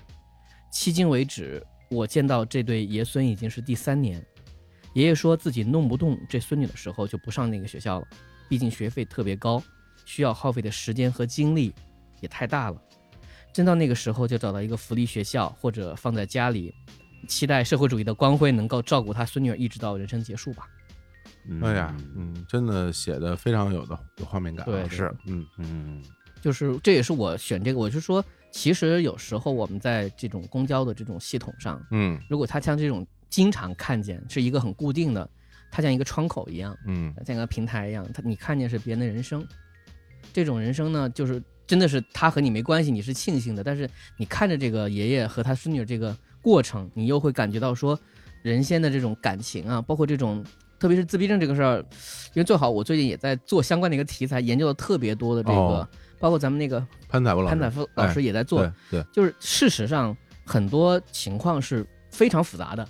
迄今为止，我见到这对爷孙已经是第三年。爷爷说自己弄不动这孙女的时候，就不上那个学校了，毕竟学费特别高，需要耗费的时间和精力也太大了。真到那个时候，就找到一个福利学校或者放在家里，期待社会主义的光辉能够照顾他孙女儿一直到人生结束吧。
嗯
哎呀，嗯，真的写的非常有的有画面感、啊，
对
是，
嗯，
嗯，
就是这也是我选这个，我是说，其实有时候我们在这种公交的这种系统上，
嗯
如果它像这种经常看见是一个很固定的，它像一个窗口一样，
嗯
像一个平台一样，它你看见是别人的人生，这种人生呢，就是真的是他和你没关系，你是庆幸的，但是你看着这个爷爷和他孙女这个过程，你又会感觉到说人间的这种感情啊，包括这种。特别是自闭症这个事儿，因为最好我最近也在做相关的一个题材，研究了特别多的这个，
哦
包括咱们那个
潘采夫老师，哎
潘采夫老师也在做，
对对，
就是事实上很多情况是非常复杂的，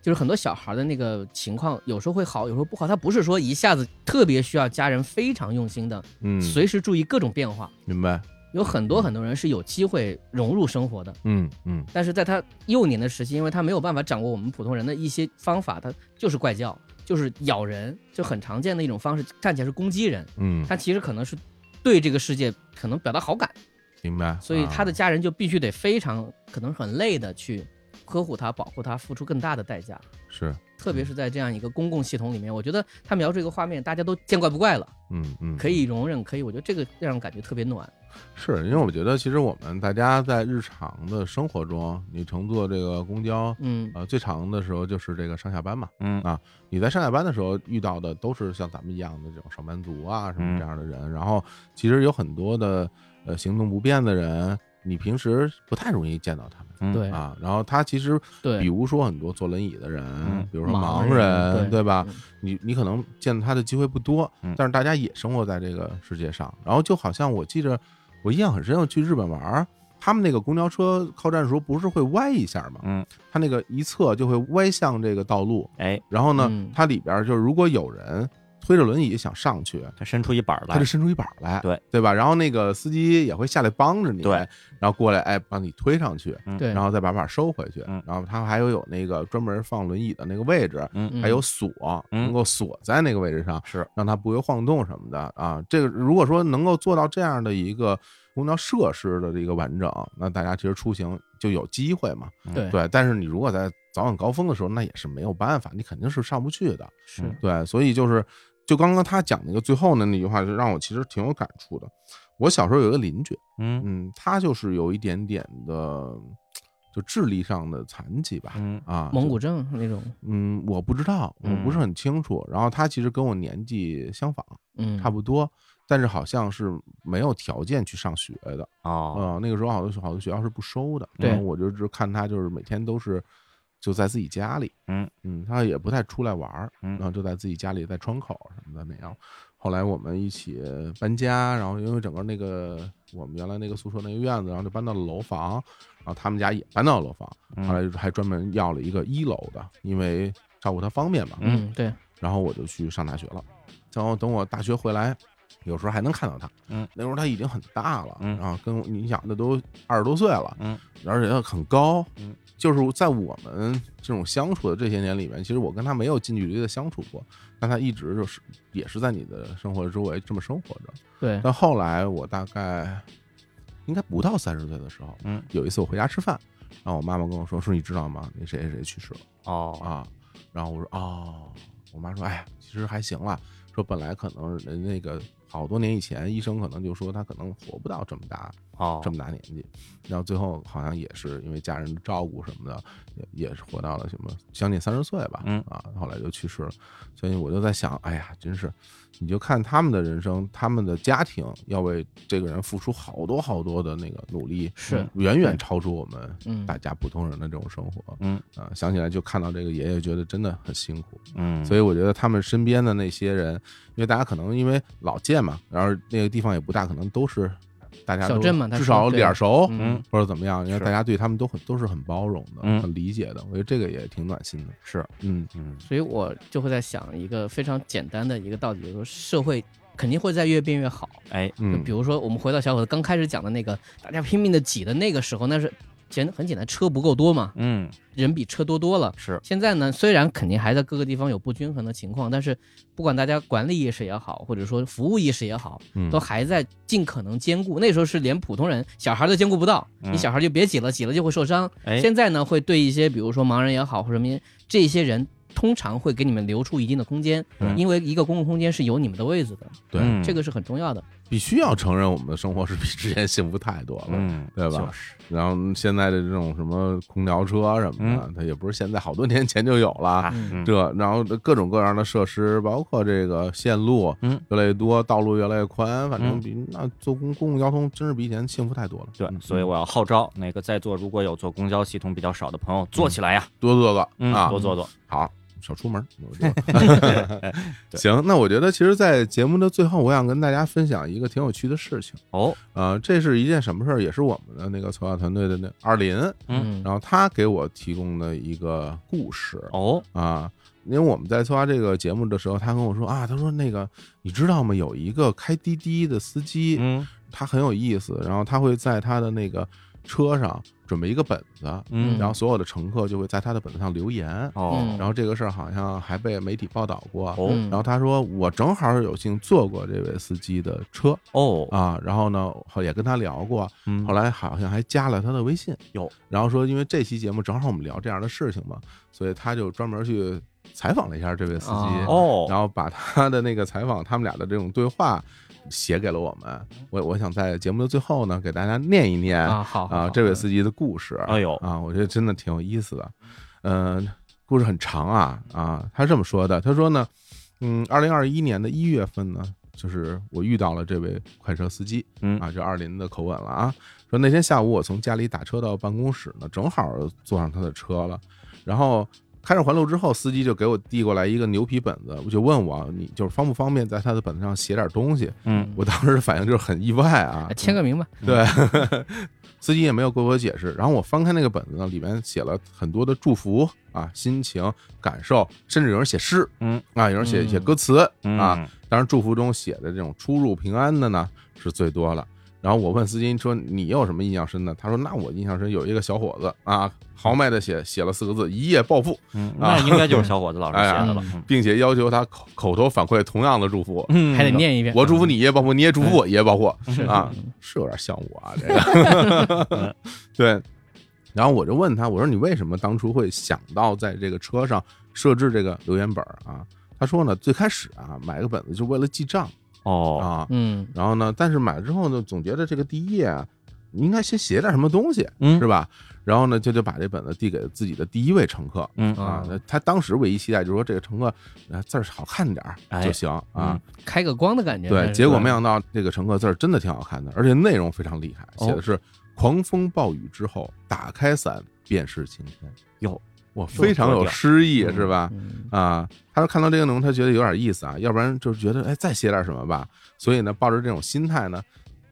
就是很多小孩的那个情况有时候会好，有时候不好，他不是说一下子特别需要家人非常用心的，
嗯，
随时注意各种变化。
明白，
有很多很多人是有机会融入生活的，
嗯嗯
但是在他幼年的时期，因为他没有办法掌握我们普通人的一些方法，他就是怪叫，就是咬人，就很常见的一种方式，看起来是攻击人，
嗯，
他其实可能是对这个世界可能表达好感。
明白，
所以他的
啊
家人就必须得非常可能很累的去呵护他、保护他，付出更大的代价。
是，
特别是在这样一个公共系统里面，我觉得他描述一个画面，大家都见怪不怪了，
嗯嗯，
可以容忍，可以，我觉得这个让人感觉特别暖。
是因为我觉得，其实我们大家在日常的生活中，你乘坐这个公交，
嗯，
呃，最长的时候就是这个上下班嘛。
嗯
你在上下班的时候遇到的都是像咱们一样的这种上班族啊，什么
嗯
这样的人。然后其实有很多的呃行动不便的人，你平时不太容易见到他们。
嗯
对
啊，然后他其实，比
对，
如说很多坐轮椅的人
嗯，
比如说
盲
盲
人
人，
对
对吧？
嗯
你你可能见他的机会不多
嗯，
但是大家也生活在这个世界上。然后就好像我记着，我印象很深，我去日本玩儿，他们那个公交车靠站的时候不是会歪一下吗？
嗯，
它那个一侧就会歪向这个道路，
哎，
然后呢
嗯，
它里边就是如果有人推着轮椅想上去，
他伸出一板儿
他
来
就，伸出一板儿来，
对
对吧？然后那个司机也会下来帮着你，
对，
然后过来哎帮你推上去，
对，
然后再把板儿收回去
嗯，
然后它还有有那个专门放轮椅的那个位置，
嗯
还有锁，
嗯
能够锁在那个位置上，
是
让它不会晃动什么的啊。这个如果说能够做到这样的一个公交设施的一个完整，那大家其实出行就有机会嘛。
对
对，但是你如果在早晚高峰的时候，那也是没有办法，你肯定是上不去的。
是
嗯
对，所以就是就刚刚他讲那个最后的那句话，就让我其实挺有感触的。我小时候有一个邻居，
嗯
嗯，他就是有一点点的，就智力上的残疾吧，
嗯
啊，
蒙
就
古嗯症那种，
嗯，我不知道，我不是很清楚。然后他其实跟我年纪相仿，
嗯，
差不多，但是好像是没有条件去上学的。
哦，
嗯、那个时候好多好多学校是不收的。
对
然后我就就看他就是每天都是就在自己家里，
嗯
嗯，他也不太出来玩儿，
嗯
然后就在自己家里，在窗口什么的那样。后来我们一起搬家，然后因为整个那个我们原来那个宿舍那个院子，然后就搬到了楼房，然后他们家也搬到了楼房，
嗯
后来还专门要了一个一楼的，因为照顾他方便嘛。
嗯
嗯，对，
然后我就去上大学了，然后等我大学回来，有时候还能看到他。
嗯，
那时候他已经很大了，
嗯
然后跟我你想，那都二十多岁了，
嗯，
而且他很高。
嗯，
就是在我们这种相处的这些年里面，其实我跟他没有近距离的相处过，但他一直就是也是在你的生活周围这么生活着。
嗯
对，
但后来我大概应该不到三十岁的时候，
嗯，
有一次我回家吃饭，然后我妈妈跟我说：“说你知道吗？那谁谁谁去世了。”
哦，
啊，然后我说哦，我妈说哎呀，其实还行啦，说本来可能人那个好多年以前医生可能就说他可能活不到这么大
哦，
这么大年纪，然后最后好像也是因为家人的照顾什么的，也也是活到了什么将近三十岁吧，
嗯
啊，后来就去世了，所以我就在想，哎呀，真是，你就看他们的人生，他们的家庭要为这个人付出好多好多的那个努力，
是，
远远超出我们
嗯，
大家普通人的这种生活，
嗯
啊、想起来就看到这个爷爷，觉得真的很辛苦。
嗯，
所以我觉得他们身边的那些人，因为大家可能因为老见嘛，然后那个地方也不大，可能都是大家都
小镇嘛他
至
说
少
对
脸熟
嗯
或者怎么样，因为
是
大家对他们都很都是很包容的，
嗯
很理解的。我觉得这个也挺暖心的。
是，
嗯
嗯
所以我就会在想一个非常简单的一个道理，就是说社会肯定会在越变越好。
哎
就
嗯，
比如说，我们回到小伙子刚开始讲的那个，大家拼命的挤的那个时候，那是简很简单，车不够多嘛，
嗯，
人比车多多了。
是，
现在呢，虽然肯定还在各个地方有不均衡的情况，但是不管大家管理意识也好，或者说服务意识也好，
嗯
都还在尽可能兼顾。那时候是连普通人小孩都兼顾不到，
嗯
你小孩就别挤了，挤了就会受伤。
哎，
现在呢，会对一些比如说盲人也好或者什么这些人，通常会给你们留出一定的空间，
嗯
因为一个公共空间是有你们的位置的，
对，
嗯
这个是很重要的。
必须要承认我们的生活是比之前幸福太多了。
嗯，
对吧
就是，
然后现在的这种什么空调车什么的，它也不是现在，好多年前就有了。
嗯啊，
嗯
嗯
这然后各种各样的设施，包括这个线路，
嗯，
越来越多，道路越来越宽，反正
嗯
比、那坐公公共交通真是比以前幸福太多了。
对
嗯，
所以我要号召那个在座如果有坐公交系统比较少的朋友，坐起来呀，
多坐坐、
嗯
啊，，
多坐坐，
好，少出门。我觉 得 行，那我觉得其实，在节目的最后，我想跟大家分享一个挺有趣的事情。
哦，
呃，这是一件什么事儿？也是我们的那个策划团队的那二林，
嗯
嗯
然后他给我提供的一个故事
哦，
啊。因为我们在策划这个节目的时候，他跟我说啊，他说那个你知道吗？有一个开滴滴的司机，
嗯
他很有意思，然后他会在他的那个车上准备一个本子，
嗯，
然后所有的乘客就会在他的本子上留言。
哦
嗯
然后这个事儿好像还被媒体报道过。
哦
嗯
然后他说，我正好有幸坐过这位司机的车
哦，
啊，然后呢也跟他聊过，
嗯
后来好像还加了他的微信，
有，
然后说因为这期节目正好我们聊这样的事情嘛，所以他就专门去采访了一下这位司机，
哦，
然后把他的那个采访他们俩的这种对话写给了我们。我我想在节目的最后呢，给大家念一念
啊，好
啊这位司
机，
机的故事。
嗯哎呦
啊，我觉得真的挺有意思的。嗯、故事很长啊啊，他这么说的，他说呢，嗯，二零二一年的一月份呢，就是我遇到了这位快车司机，
嗯
啊，这二林的口吻了啊，说那天下午我从家里打车到办公室呢，正好坐上他的车了，然后。开上环路之后，司机就给我递过来一个牛皮本子，我就问我你就是方不方便在他的本子上写点东西？
嗯
我当时的反应就是很意外啊，
哎签个名吧。
对，司机也没有给我解释。然后我翻开那个本子呢，里面写了很多的祝福啊、心情、感受，甚至有人写诗，
嗯
啊，有人写
嗯
写歌词啊。
嗯
当然，祝福中写的这种出入平安的呢是最多了。然后我问司机说：“你有什么印象深的？”他说：“那我印象深有一个小伙子啊，豪迈的写写了四个字‘一夜暴富
嗯，
啊
那应该就是小伙子老师写的了，’，嗯
并且要求他口口头反馈同样的祝福。
嗯
还得念一遍。
我祝福你一夜暴富，你也祝福我一夜暴富。
是
啊，是有点像我啊，这个，对。然后我就问他，我说你为什么当初会想到在这个车上设置这个留言本儿啊？他说呢，最开始啊买个本子就为了记账
哦，
啊，
嗯
然后呢，但是买了之后呢，总觉得这个第一页啊，你应该先写点什么东西，
嗯
是吧？然后呢，就就把这本子递给自己的第一位乘客，
嗯
啊
啊，，
那他当时唯一期待就是说这个乘客呃字儿好看点儿
哎
就行啊，
开个光的感觉。
对，
但是
结果没想到这个乘客字儿真的挺好看的，而且内容非常厉害，
哦
写的是“狂风暴雨之后，打开伞便是晴天”。
哟，
哇，非常有诗意，是吧？
嗯
啊，他说看到这个内容，他觉得有点意思啊，要不然就是觉得哎，再写点什么吧。所以呢，抱着这种心态呢，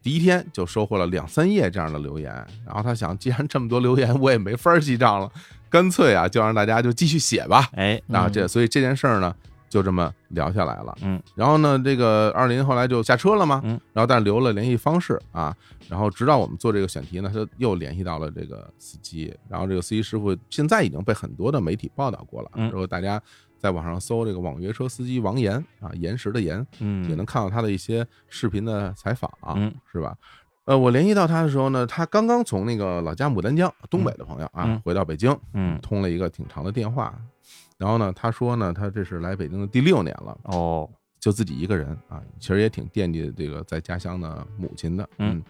第一天就收获了两三页这样的留言。然后他想，既然这么多留言，我也没法儿记账了，干脆啊，就让大家就继续写吧。
哎，
啊，
嗯
这所以这件事儿呢，就这么聊下来了。
嗯，
然后呢，这个二林后来就下车了嘛，
嗯，
然后但留了联系方式啊，然后直到我们做这个选题呢，他又联系到了这个司机，然后这个司机师傅现在已经被很多的媒体报道过了，
嗯
如果大家在网上搜这个网约车司机王岩啊，岩石的岩，
嗯，
也能看到他的一些视频的采访、啊，
嗯，
是吧？呃，我联系到他的时候呢，他刚刚从那个老家牡丹江，东北的朋友啊，
嗯
回到北京，
嗯
通了一个挺长的电话。然后呢，他说呢，他这是来北京的第六年了，
哦，
就自己一个人啊，其实也挺惦记这个在家乡的母亲的。
嗯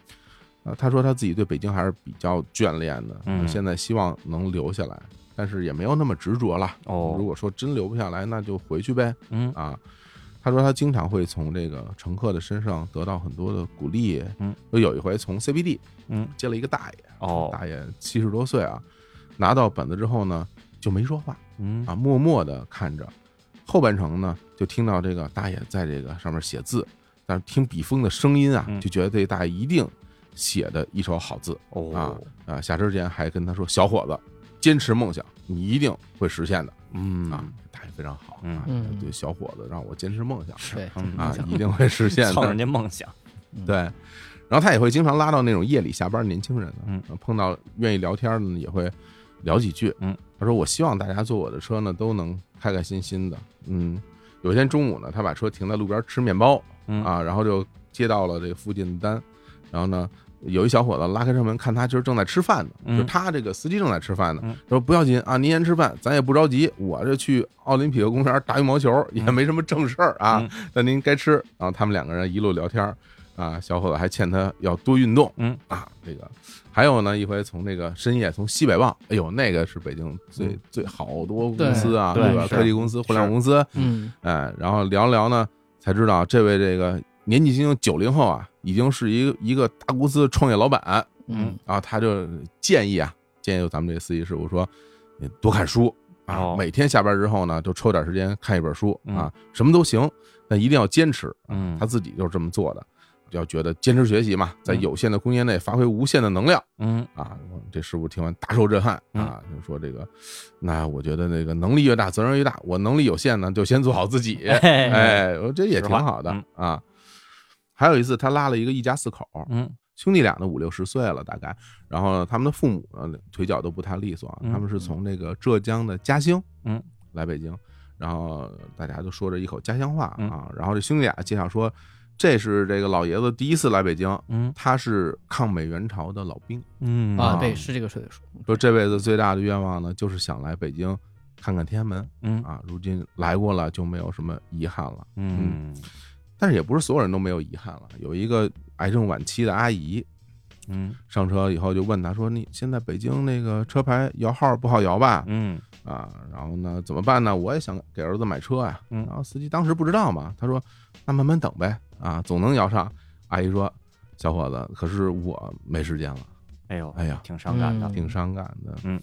嗯，啊，他说他自己对北京还是比较眷恋的，呃
嗯
现在希望能留下来，但是也没有那么执着了。
哦
如果说真留不下来，那就回去呗。
嗯
啊。他说他经常会从这个乘客的身上得到很多的鼓励。
嗯，
有一回从 CBD
嗯，
接了一个大爷，
哦，
大爷七十多岁啊，拿到本子之后呢就没说话
嗯
啊，默默的看着。后半程呢，就听到这个大爷在这个上面写字，但是听笔锋的声音啊
嗯，
就觉得这大爷一定写的一手好字啊
哦，
啊！下车之前还跟他说：“小伙子，坚持梦想，你一定会实现的
嗯
啊！”大爷非常好
嗯
啊，
嗯
对小伙子让我坚持梦想
对
嗯
啊
梦，想
一定会实现
蹭
的
嗯人。家梦想，
对，然后他也会经常拉到那种夜里下班年轻人，啊
嗯，
碰到愿意聊天的呢，也会聊几句，
嗯，
他说我希望大家坐我的车呢都能开开心心的，嗯，有一天中午呢，他把车停在路边吃面包，
嗯
啊，然后就接到了这个附近的单，然后呢。有一小伙子拉开车门，看他就是正在吃饭呢，
嗯
就他这个司机正在吃饭呢。
嗯
他说不要紧啊，您先吃饭，咱也不着急，我这去奥林匹克公园打羽毛球也没什么正事儿啊
嗯，
那您该吃。然后他们两个人一路聊天儿啊，小伙子还劝他要多运动，
嗯
啊，这个还有呢，一回从那个深夜从西北望，哎呦，那个是北京最、
嗯
最好多公司啊，
对
吧？
是
科技公司、互联网公司，
嗯
哎，然后聊聊呢，才知道这位这个年纪轻轻九零后啊，已经是一个一个大公司创业老板，
嗯
啊，他就建议啊，建议咱们这司机师傅说，呃多看书啊
哦，
每天下班之后呢，就抽点时间看一本书
嗯
啊，什么都行，但一定要坚持。
嗯
啊他自己就是这么做的，要觉得坚持学习嘛，在
嗯
有限的空间内发挥无限的能量
嗯
啊。这师傅听完大受震撼啊，就说这个，那我觉得那个能力越大，责任越大。我能力有限呢，就先做好自 己。
哎
哎，我这也
实
挺
话
好的
嗯
啊。还有一次，他拉了一个一家四口，
嗯
兄弟俩呢五六十岁了大概，然后呢他们的父母呢腿脚都不太利索啊，
嗯
他们是从那个浙江的嘉兴，
嗯，
来北京，然后大家就说着一口家乡话
嗯
啊，然后这兄弟俩介绍说，这是这个老爷子第一次来北京，
嗯
他是抗美援朝的老兵，
嗯
啊，
嗯
对，是这个说的说，
说这辈子最大的愿望呢就是想来北京看看天安门
嗯
啊，如今来过了就没有什么遗憾了。
嗯
但是也不是所有人都没有遗憾了，有一个癌症晚期的阿姨，
嗯
上车以后就问他说：“你现在北京那个车牌摇号不好摇吧？
嗯
啊，然后呢怎么办呢？我也想给儿子买车呀、
嗯
然后司机当时不知道嘛，他说：“那慢慢等呗，啊，总能摇上。”阿姨说：“小伙子，可是我没时间了，
哎呦
哎呀
挺伤感的
嗯
挺伤感的。”
嗯。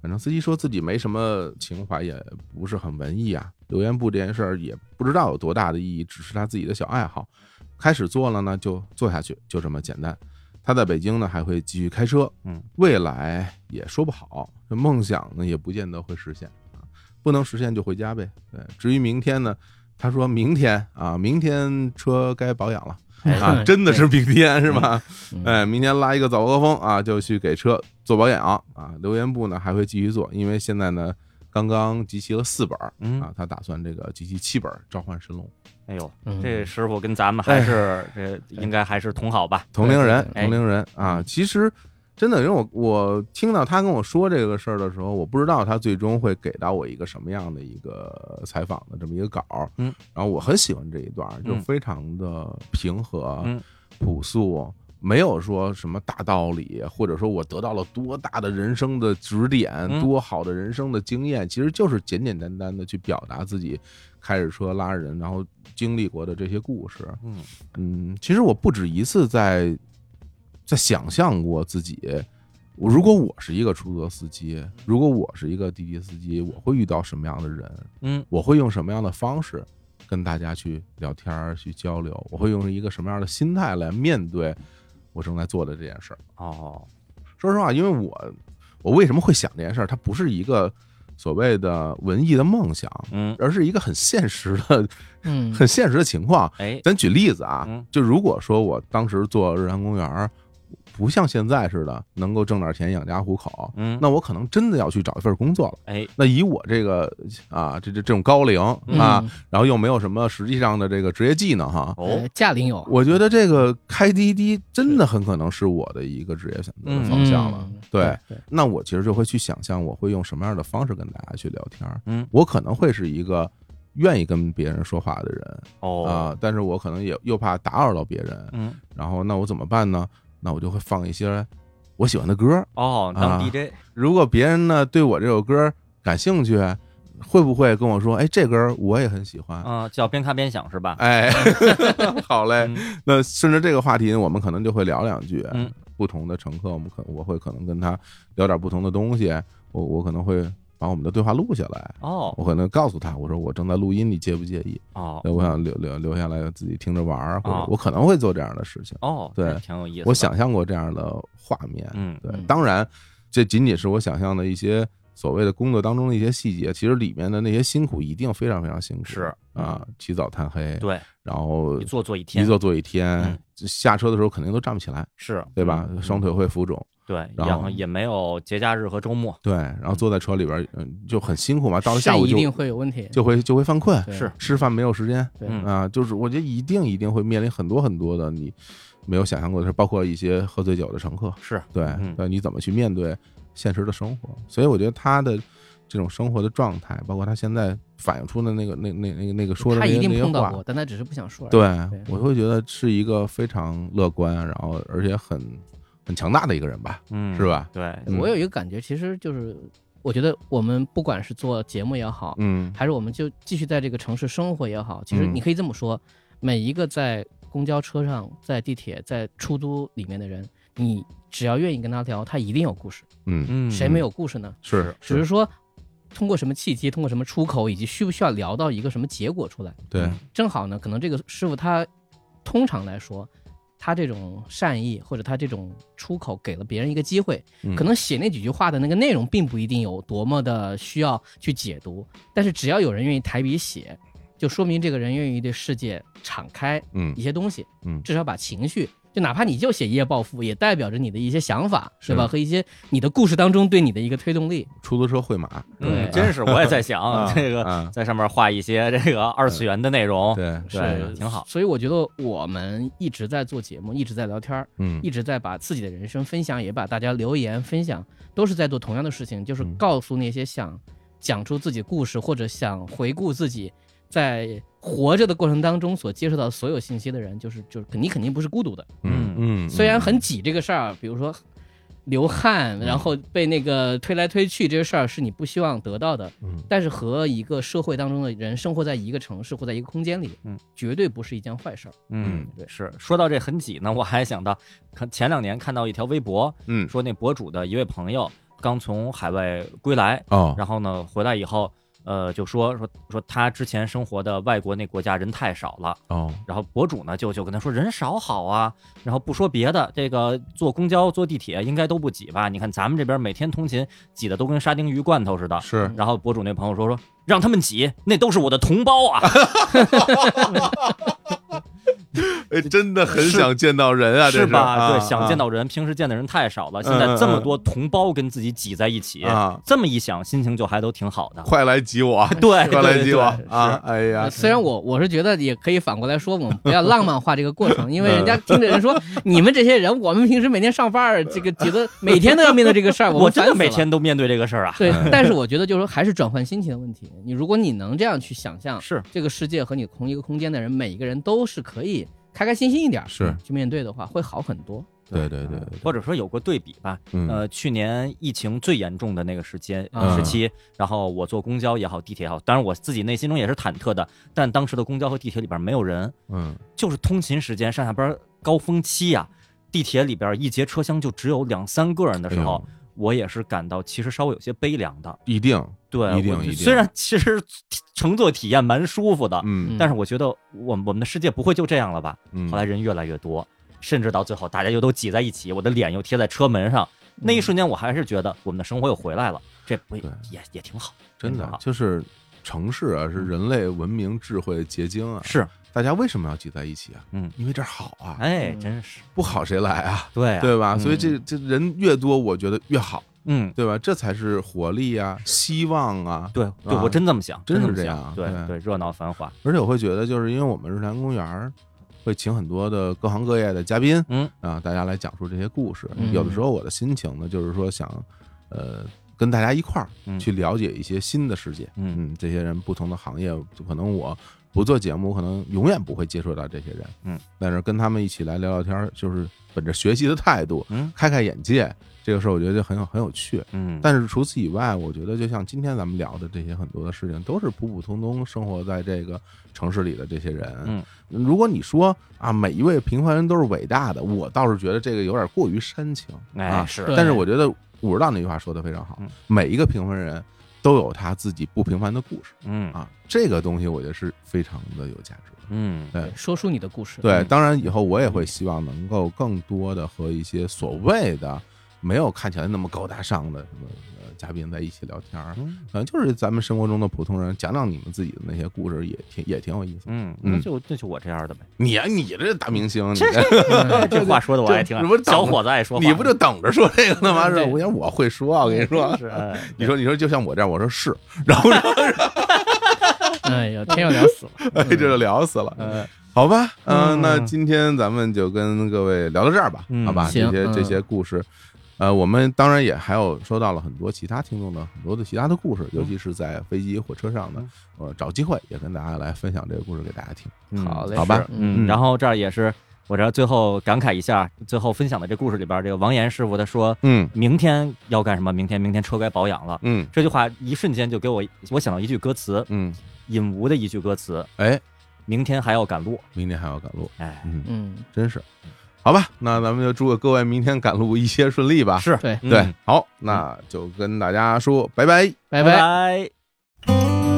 反正司机说自己没什么情怀，也不是很文艺啊。留言簿这件事儿也不知道有多大的意义，只是他自己的小爱好。开始做了呢，就做下去，就这么简单。他在北京呢，还会继续开车，
嗯，
未来也说不好，这梦想呢也不见得会实现啊，不能实现就回家呗。对，至于明天呢，他说明天啊，明天车该保养了啊，
哎
真的是明天是吧？
嗯
哎，明天拉一个早高峰啊，就去给车做保养啊。留言部呢还会继续做，因为现在呢刚刚集齐了四本儿
嗯
啊，他打算这个集齐七本儿召唤神龙，
哎呦
嗯
这师傅跟咱们还是这应该还是同好吧
同龄人，
对
哎
同龄人啊。其实真的，因为我我听到他跟我说这个事儿的时候，我不知道他最终会给到我一个什么样的一个采访的这么一个稿儿。
嗯，
然后我很喜欢这一段儿，就
嗯
非常的平和、
嗯
朴素。没有说什么大道理，或者说我得到了多大的人生的指点，
嗯
多好的人生的经验，其实就是简简单单的去表达自己开着车拉人，然后经历过的这些故事。
嗯
嗯，其实我不止一次在在想象过自己，我如果我是一个出租车司机，如果我是一个滴滴司机，我会遇到什么样的人？
嗯
我会用什么样的方式跟大家去聊天儿、去交流？我会用一个什么样的心态来面对我正在做的这件事儿？
哦
说实话，因为我我为什么会想这件事儿？它不是一个所谓的文艺的梦想，
嗯
而是一个很现实的、
嗯
很现实的情况。
哎
咱举例子啊
嗯，
就如果说我当时做日坛公园儿，不像现在似的能够挣点钱养家糊口，
嗯
那我可能真的要去找一份工作了。
哎
那以我这个啊，这这这种高龄啊，
嗯
然后又没有什么实际上的这个职业技能哈，
哦
呃驾龄有
我觉得这个开滴滴真的很可能是我的一个职业选择的方向了。
嗯
对，那我其实就会去想象，我会用什么样的方式跟大家去聊天儿。
嗯
我可能会是一个愿意跟别人说话的人，啊、
哦
但是我可能也又怕打扰到别人，
嗯
然后那我怎么办呢？那我就会放一些我喜欢的歌儿。
哦当 DJ
如果别人呢对我这首歌儿感兴趣，会不会跟我说，哎，这歌儿我也很喜欢？
嗯叫边看边想是吧
哎， 好嘞
嗯。
那顺着这个话题呢，我们可能就会聊两句。
嗯
不同的乘客，我们可我会可能跟他聊点不同的东西。我我可能会把我们的对话录下来。
哦
我可能告诉他，我说我正在录音，你介不介意？
哦
我想留留留下来自己听着玩儿，或者
哦
我可能会做这样的事情。
哦
对
这挺有意思的
我想象过这样的画面。
嗯
对
嗯，
当然，这仅仅是我想象的一些所谓的工作当中的一些细节，其实里面的那些辛苦一定非常非常辛苦。
是嗯
啊，起早贪黑，
对
然后
你坐坐一
一
天，
坐坐一天
嗯，
下车的时候肯定都站不起来，
是
对吧？
嗯
双腿会浮肿，
对，
然
然
后
后也没有节假日和周末，
对，然后坐在车里边，嗯，就很辛苦嘛。到了
肾
下午
一
就
定会有问题，
就会就会犯困，
对
是
吃饭没有时间
对
嗯
啊，就是我觉得一定一定会面临很多很多的你没有想象过的事，包括一些喝醉酒的乘客，
是
对
嗯，
对，你怎么去面对现实的生活？所以我觉得他的这种生活的状态，包括他现在反映出的那个那那那个那个说的
他
那
一
些那
定
些
碰到
话，
过，但他只是不想说而已。
对
对
我会觉得是一个非常乐观，然后而且很很强大的一个人吧，
嗯
是？吧？
对，
嗯
我有一个感觉，其实就是我觉得我们不管是做节目也好，
嗯
还是我们就继续在这个城市生活也好，其实
嗯
你可以这么说，每一个在公交车上、在地铁、在出租里面的人，你只要愿意跟他聊，他一定有故事。
嗯，
嗯，
谁没有故事呢？
是
只是说通过什么契机，通过什么出口，以及需不需要聊到一个什么结果出来。
对，
正好呢，可能这个师傅他通常来说，他这种善意或者他这种出口给了别人一个机会，
嗯
可能写那几句话的那个内容并不一定有多么的需要去解读，但是只要有人愿意抬笔写，就说明这个人愿意对世界敞开
嗯
一些东西，
嗯
至少把情绪。就哪怕你就写一夜暴富，也代表着你的一些想法，
是
对吧？和一些你的故事当中对你的一个推动力。
出租车会马，
嗯
对
真是我也在
啊
想这个，
啊
在上面画一些这个二次元的内容，
对，
对，挺好。
所以我觉得我们一直在做节目，一直在聊天儿，
嗯
一直在把自己的人生分享，也把大家留言分享，都是在做同样的事情，就是
嗯
告诉那些想讲出自己故事或者想回顾自己在活着的过程当中所接受到的所有信息的人，就是就是你肯定不是孤独的，
嗯嗯，
虽然很挤这个事儿，比如说流
嗯
汗，然后被那个推来推去这个事儿是你不希望得到的，
嗯
但是和一个社会当中的人生活在一个城市或在一个空间里，
嗯，
绝对不是一件坏事儿。
嗯
嗯，
对
是。说到这很挤呢，我还想到，看前两年看到一条微博，
嗯
说那博主的一位朋友刚从海外归来，
哦，
然后呢回来以后，呃，就说说说他之前生活的外国那国家人太少了，
哦，
然后博主呢就就跟他说人少好啊，然后不说别的，这个坐公交坐地铁应该都不挤吧？你看咱们这边每天通勤挤的都跟沙丁鱼罐头似的。
是
然后博主那朋友说说让他们挤，那都是我的同胞啊，
哎，真的很想见到人啊，这
是吧？
啊
对，想见
啊
到人，平时见的人太少了，现
嗯
在这么
嗯
多同胞跟自己挤在一起，
啊
这么一想，心情就还都挺好的。
快来挤我，
对，
快来
对
挤
对
我
对
啊！哎呀
呃，虽然我我是觉得也可以反过来说，我们不要浪漫化这个过程，因为人家听着人说
嗯
你们这些人，我们平时每天上班儿，这个 觉得每天都要面对这个事儿，
我
们
真
烦
的
死
每
了
天都面对这个事儿啊。
对
嗯，
但是我觉得就是说还是转换心情的问题。你如果你能这样去想
嗯
象，
是，
这个世界和你同一个空间的人，每一个人都是可以开开心心一点儿
是
去面对的话，会好很多。
对对对，
或者说有过对比吧，
嗯
呃，去年疫情最严重的那个时间
嗯
时期，然后我坐公交也好，地铁也好，当然我自己内心中也是忐忑的，但当时的公交和地铁里边没有人，
嗯，
就是通勤时间上下班高峰期呀、地铁里边一节车厢就只有两三个人的时候，
哎
我也是感到其实稍微有些悲凉的。
一定，
对，
一定
我
一定
虽然其实乘坐体验蛮舒服的，
嗯
但是我觉得我们我们的世界不会就这样了吧？
嗯，
后来人越来越多，甚至到最后大家又都挤在一起，我的脸又贴在车门上，那一瞬间我还是觉得我们的生活又回来了，这不
嗯
也
对
也也挺好，
真
挺
的
好
就是城市啊，
嗯
是人类文明智慧的结晶啊。
是，
大家为什么要挤在一起啊？
嗯，
因为这儿好啊，
哎，
嗯
真是
不好谁来啊？
对啊，
对吧？
嗯
所以这这人越多，我觉得越好，
嗯，
对吧？这才是活力啊，希望啊。
对对，
啊
我真这么想，
真
真
是
么
这
想
样对
对对，热闹繁华，
而且我会觉得，就是因为我们日坛公园儿会请很多的各行各业的嘉宾，
嗯
啊，大家来讲述这些故事。
嗯
有的时候我的心情呢，就是说想，呃，跟大家一块儿
嗯
去了解一些新的世界。
嗯
嗯，这些人不同的行业，可能我不做节目，可能永远不会接触到这些人。
嗯，
但是跟他们一起来聊聊天儿，就是本着学习的态度，
嗯
开开眼界，这个事儿我觉得就很有很有趣。
嗯，
但是啊除此以外，我觉得就像今天咱们聊的这些很多的事情，都是普普通通生活在这个城市里的这些人。
嗯，
如果你说啊，每一位平凡人都是伟大的，我倒是觉得这个有点过于煽情
哎
啊。
是
对
但是我觉得武指导那句话说的非常好
嗯，
每一个平凡人都有他自己不平凡的故事
嗯
啊，这个东西我觉得是非常的有价值的。
嗯
对
对说出你的故事。
对，
嗯
当然以后我也会希望能够更多的和一些所谓的没有看起来那么高大上的什么呃嘉宾在一起聊天儿，反正就是咱们生活中的普通人，讲讲你们自己的那些故事，也挺也挺有意思的。
嗯，
嗯
那就那就我这样 的呗。
你呀，你这大明星，你
这
这
嗯
这话说的我爱听
这不是
啊，
等
小伙子爱说话，
你不就等着说这个呢吗？
嗯
是吧，
对
我想我会说啊， 我跟你说，
是哎
你说你说就像我这样，我说是，然后
哎呀，天要聊 死了。
哎，这就聊死了。
呃
好吧，嗯，
嗯
那今天咱们就跟各位聊到这儿吧，
嗯
好吧？这
行
些
嗯
这些故事，呃，我们当然也还有收到了很多其他听众的很多的其他的故事，尤其是在飞机、火车上的
嗯，
呃，找机会也跟大家来分享这个故事给大家听。
嗯
好嘞，
好吧
是
嗯，
嗯
然后这儿也是我这儿最后感慨一下，最后分享的这故事里边儿，这个王岩师傅他说
嗯
明天要干什么？明天明天车该保养了。
嗯
这句话一瞬间就给我我想到一句歌词，
嗯，
尹吾的一句歌词
哎，：“
明天还要赶路。
明天还要赶路，”
哎，
嗯，
嗯，
真是。好吧，那咱们就祝各位明天赶路一切顺利吧。
是
对
啊
嗯
对，好，那就跟大家说拜拜。
拜
拜
拜。
拜。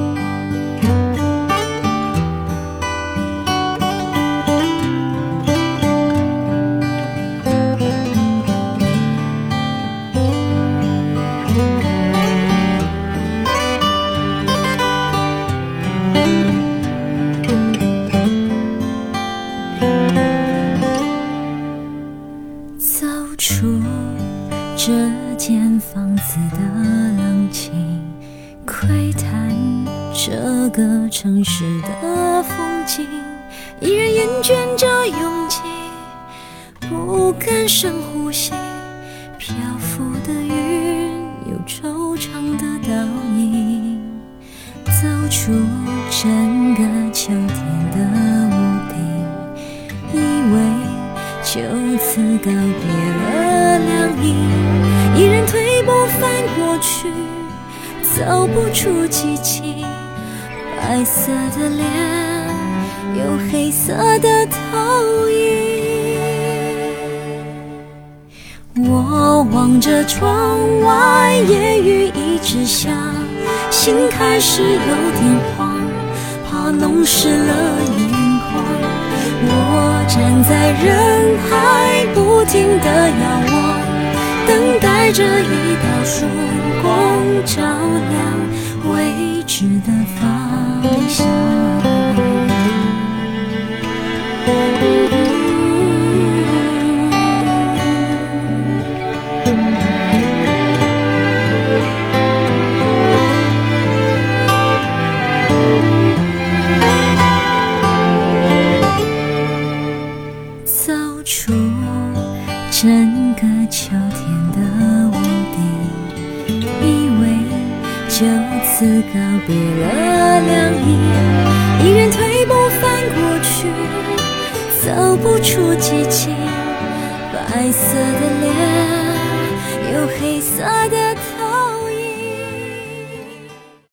走出这间房子的冷清，窥探这个城市的风景，依然厌倦这拥挤，不敢深呼吸。漂浮的云有惆怅的倒影，走出整个秋天的屋顶。以为就此告别了凉意，依然推不翻过去，走不出寂静。白色的脸，有黑色的投影。我望着窗外，夜雨一直下，心开始有点慌，怕弄湿了眼眶。我站在人海，不停的遥望，等待着一道曙光照亮未知的方向。走出整个秋天的屋顶，以为就此告别了凉意，依然推不翻过去，走不出寂静。白色的脸，有黑色的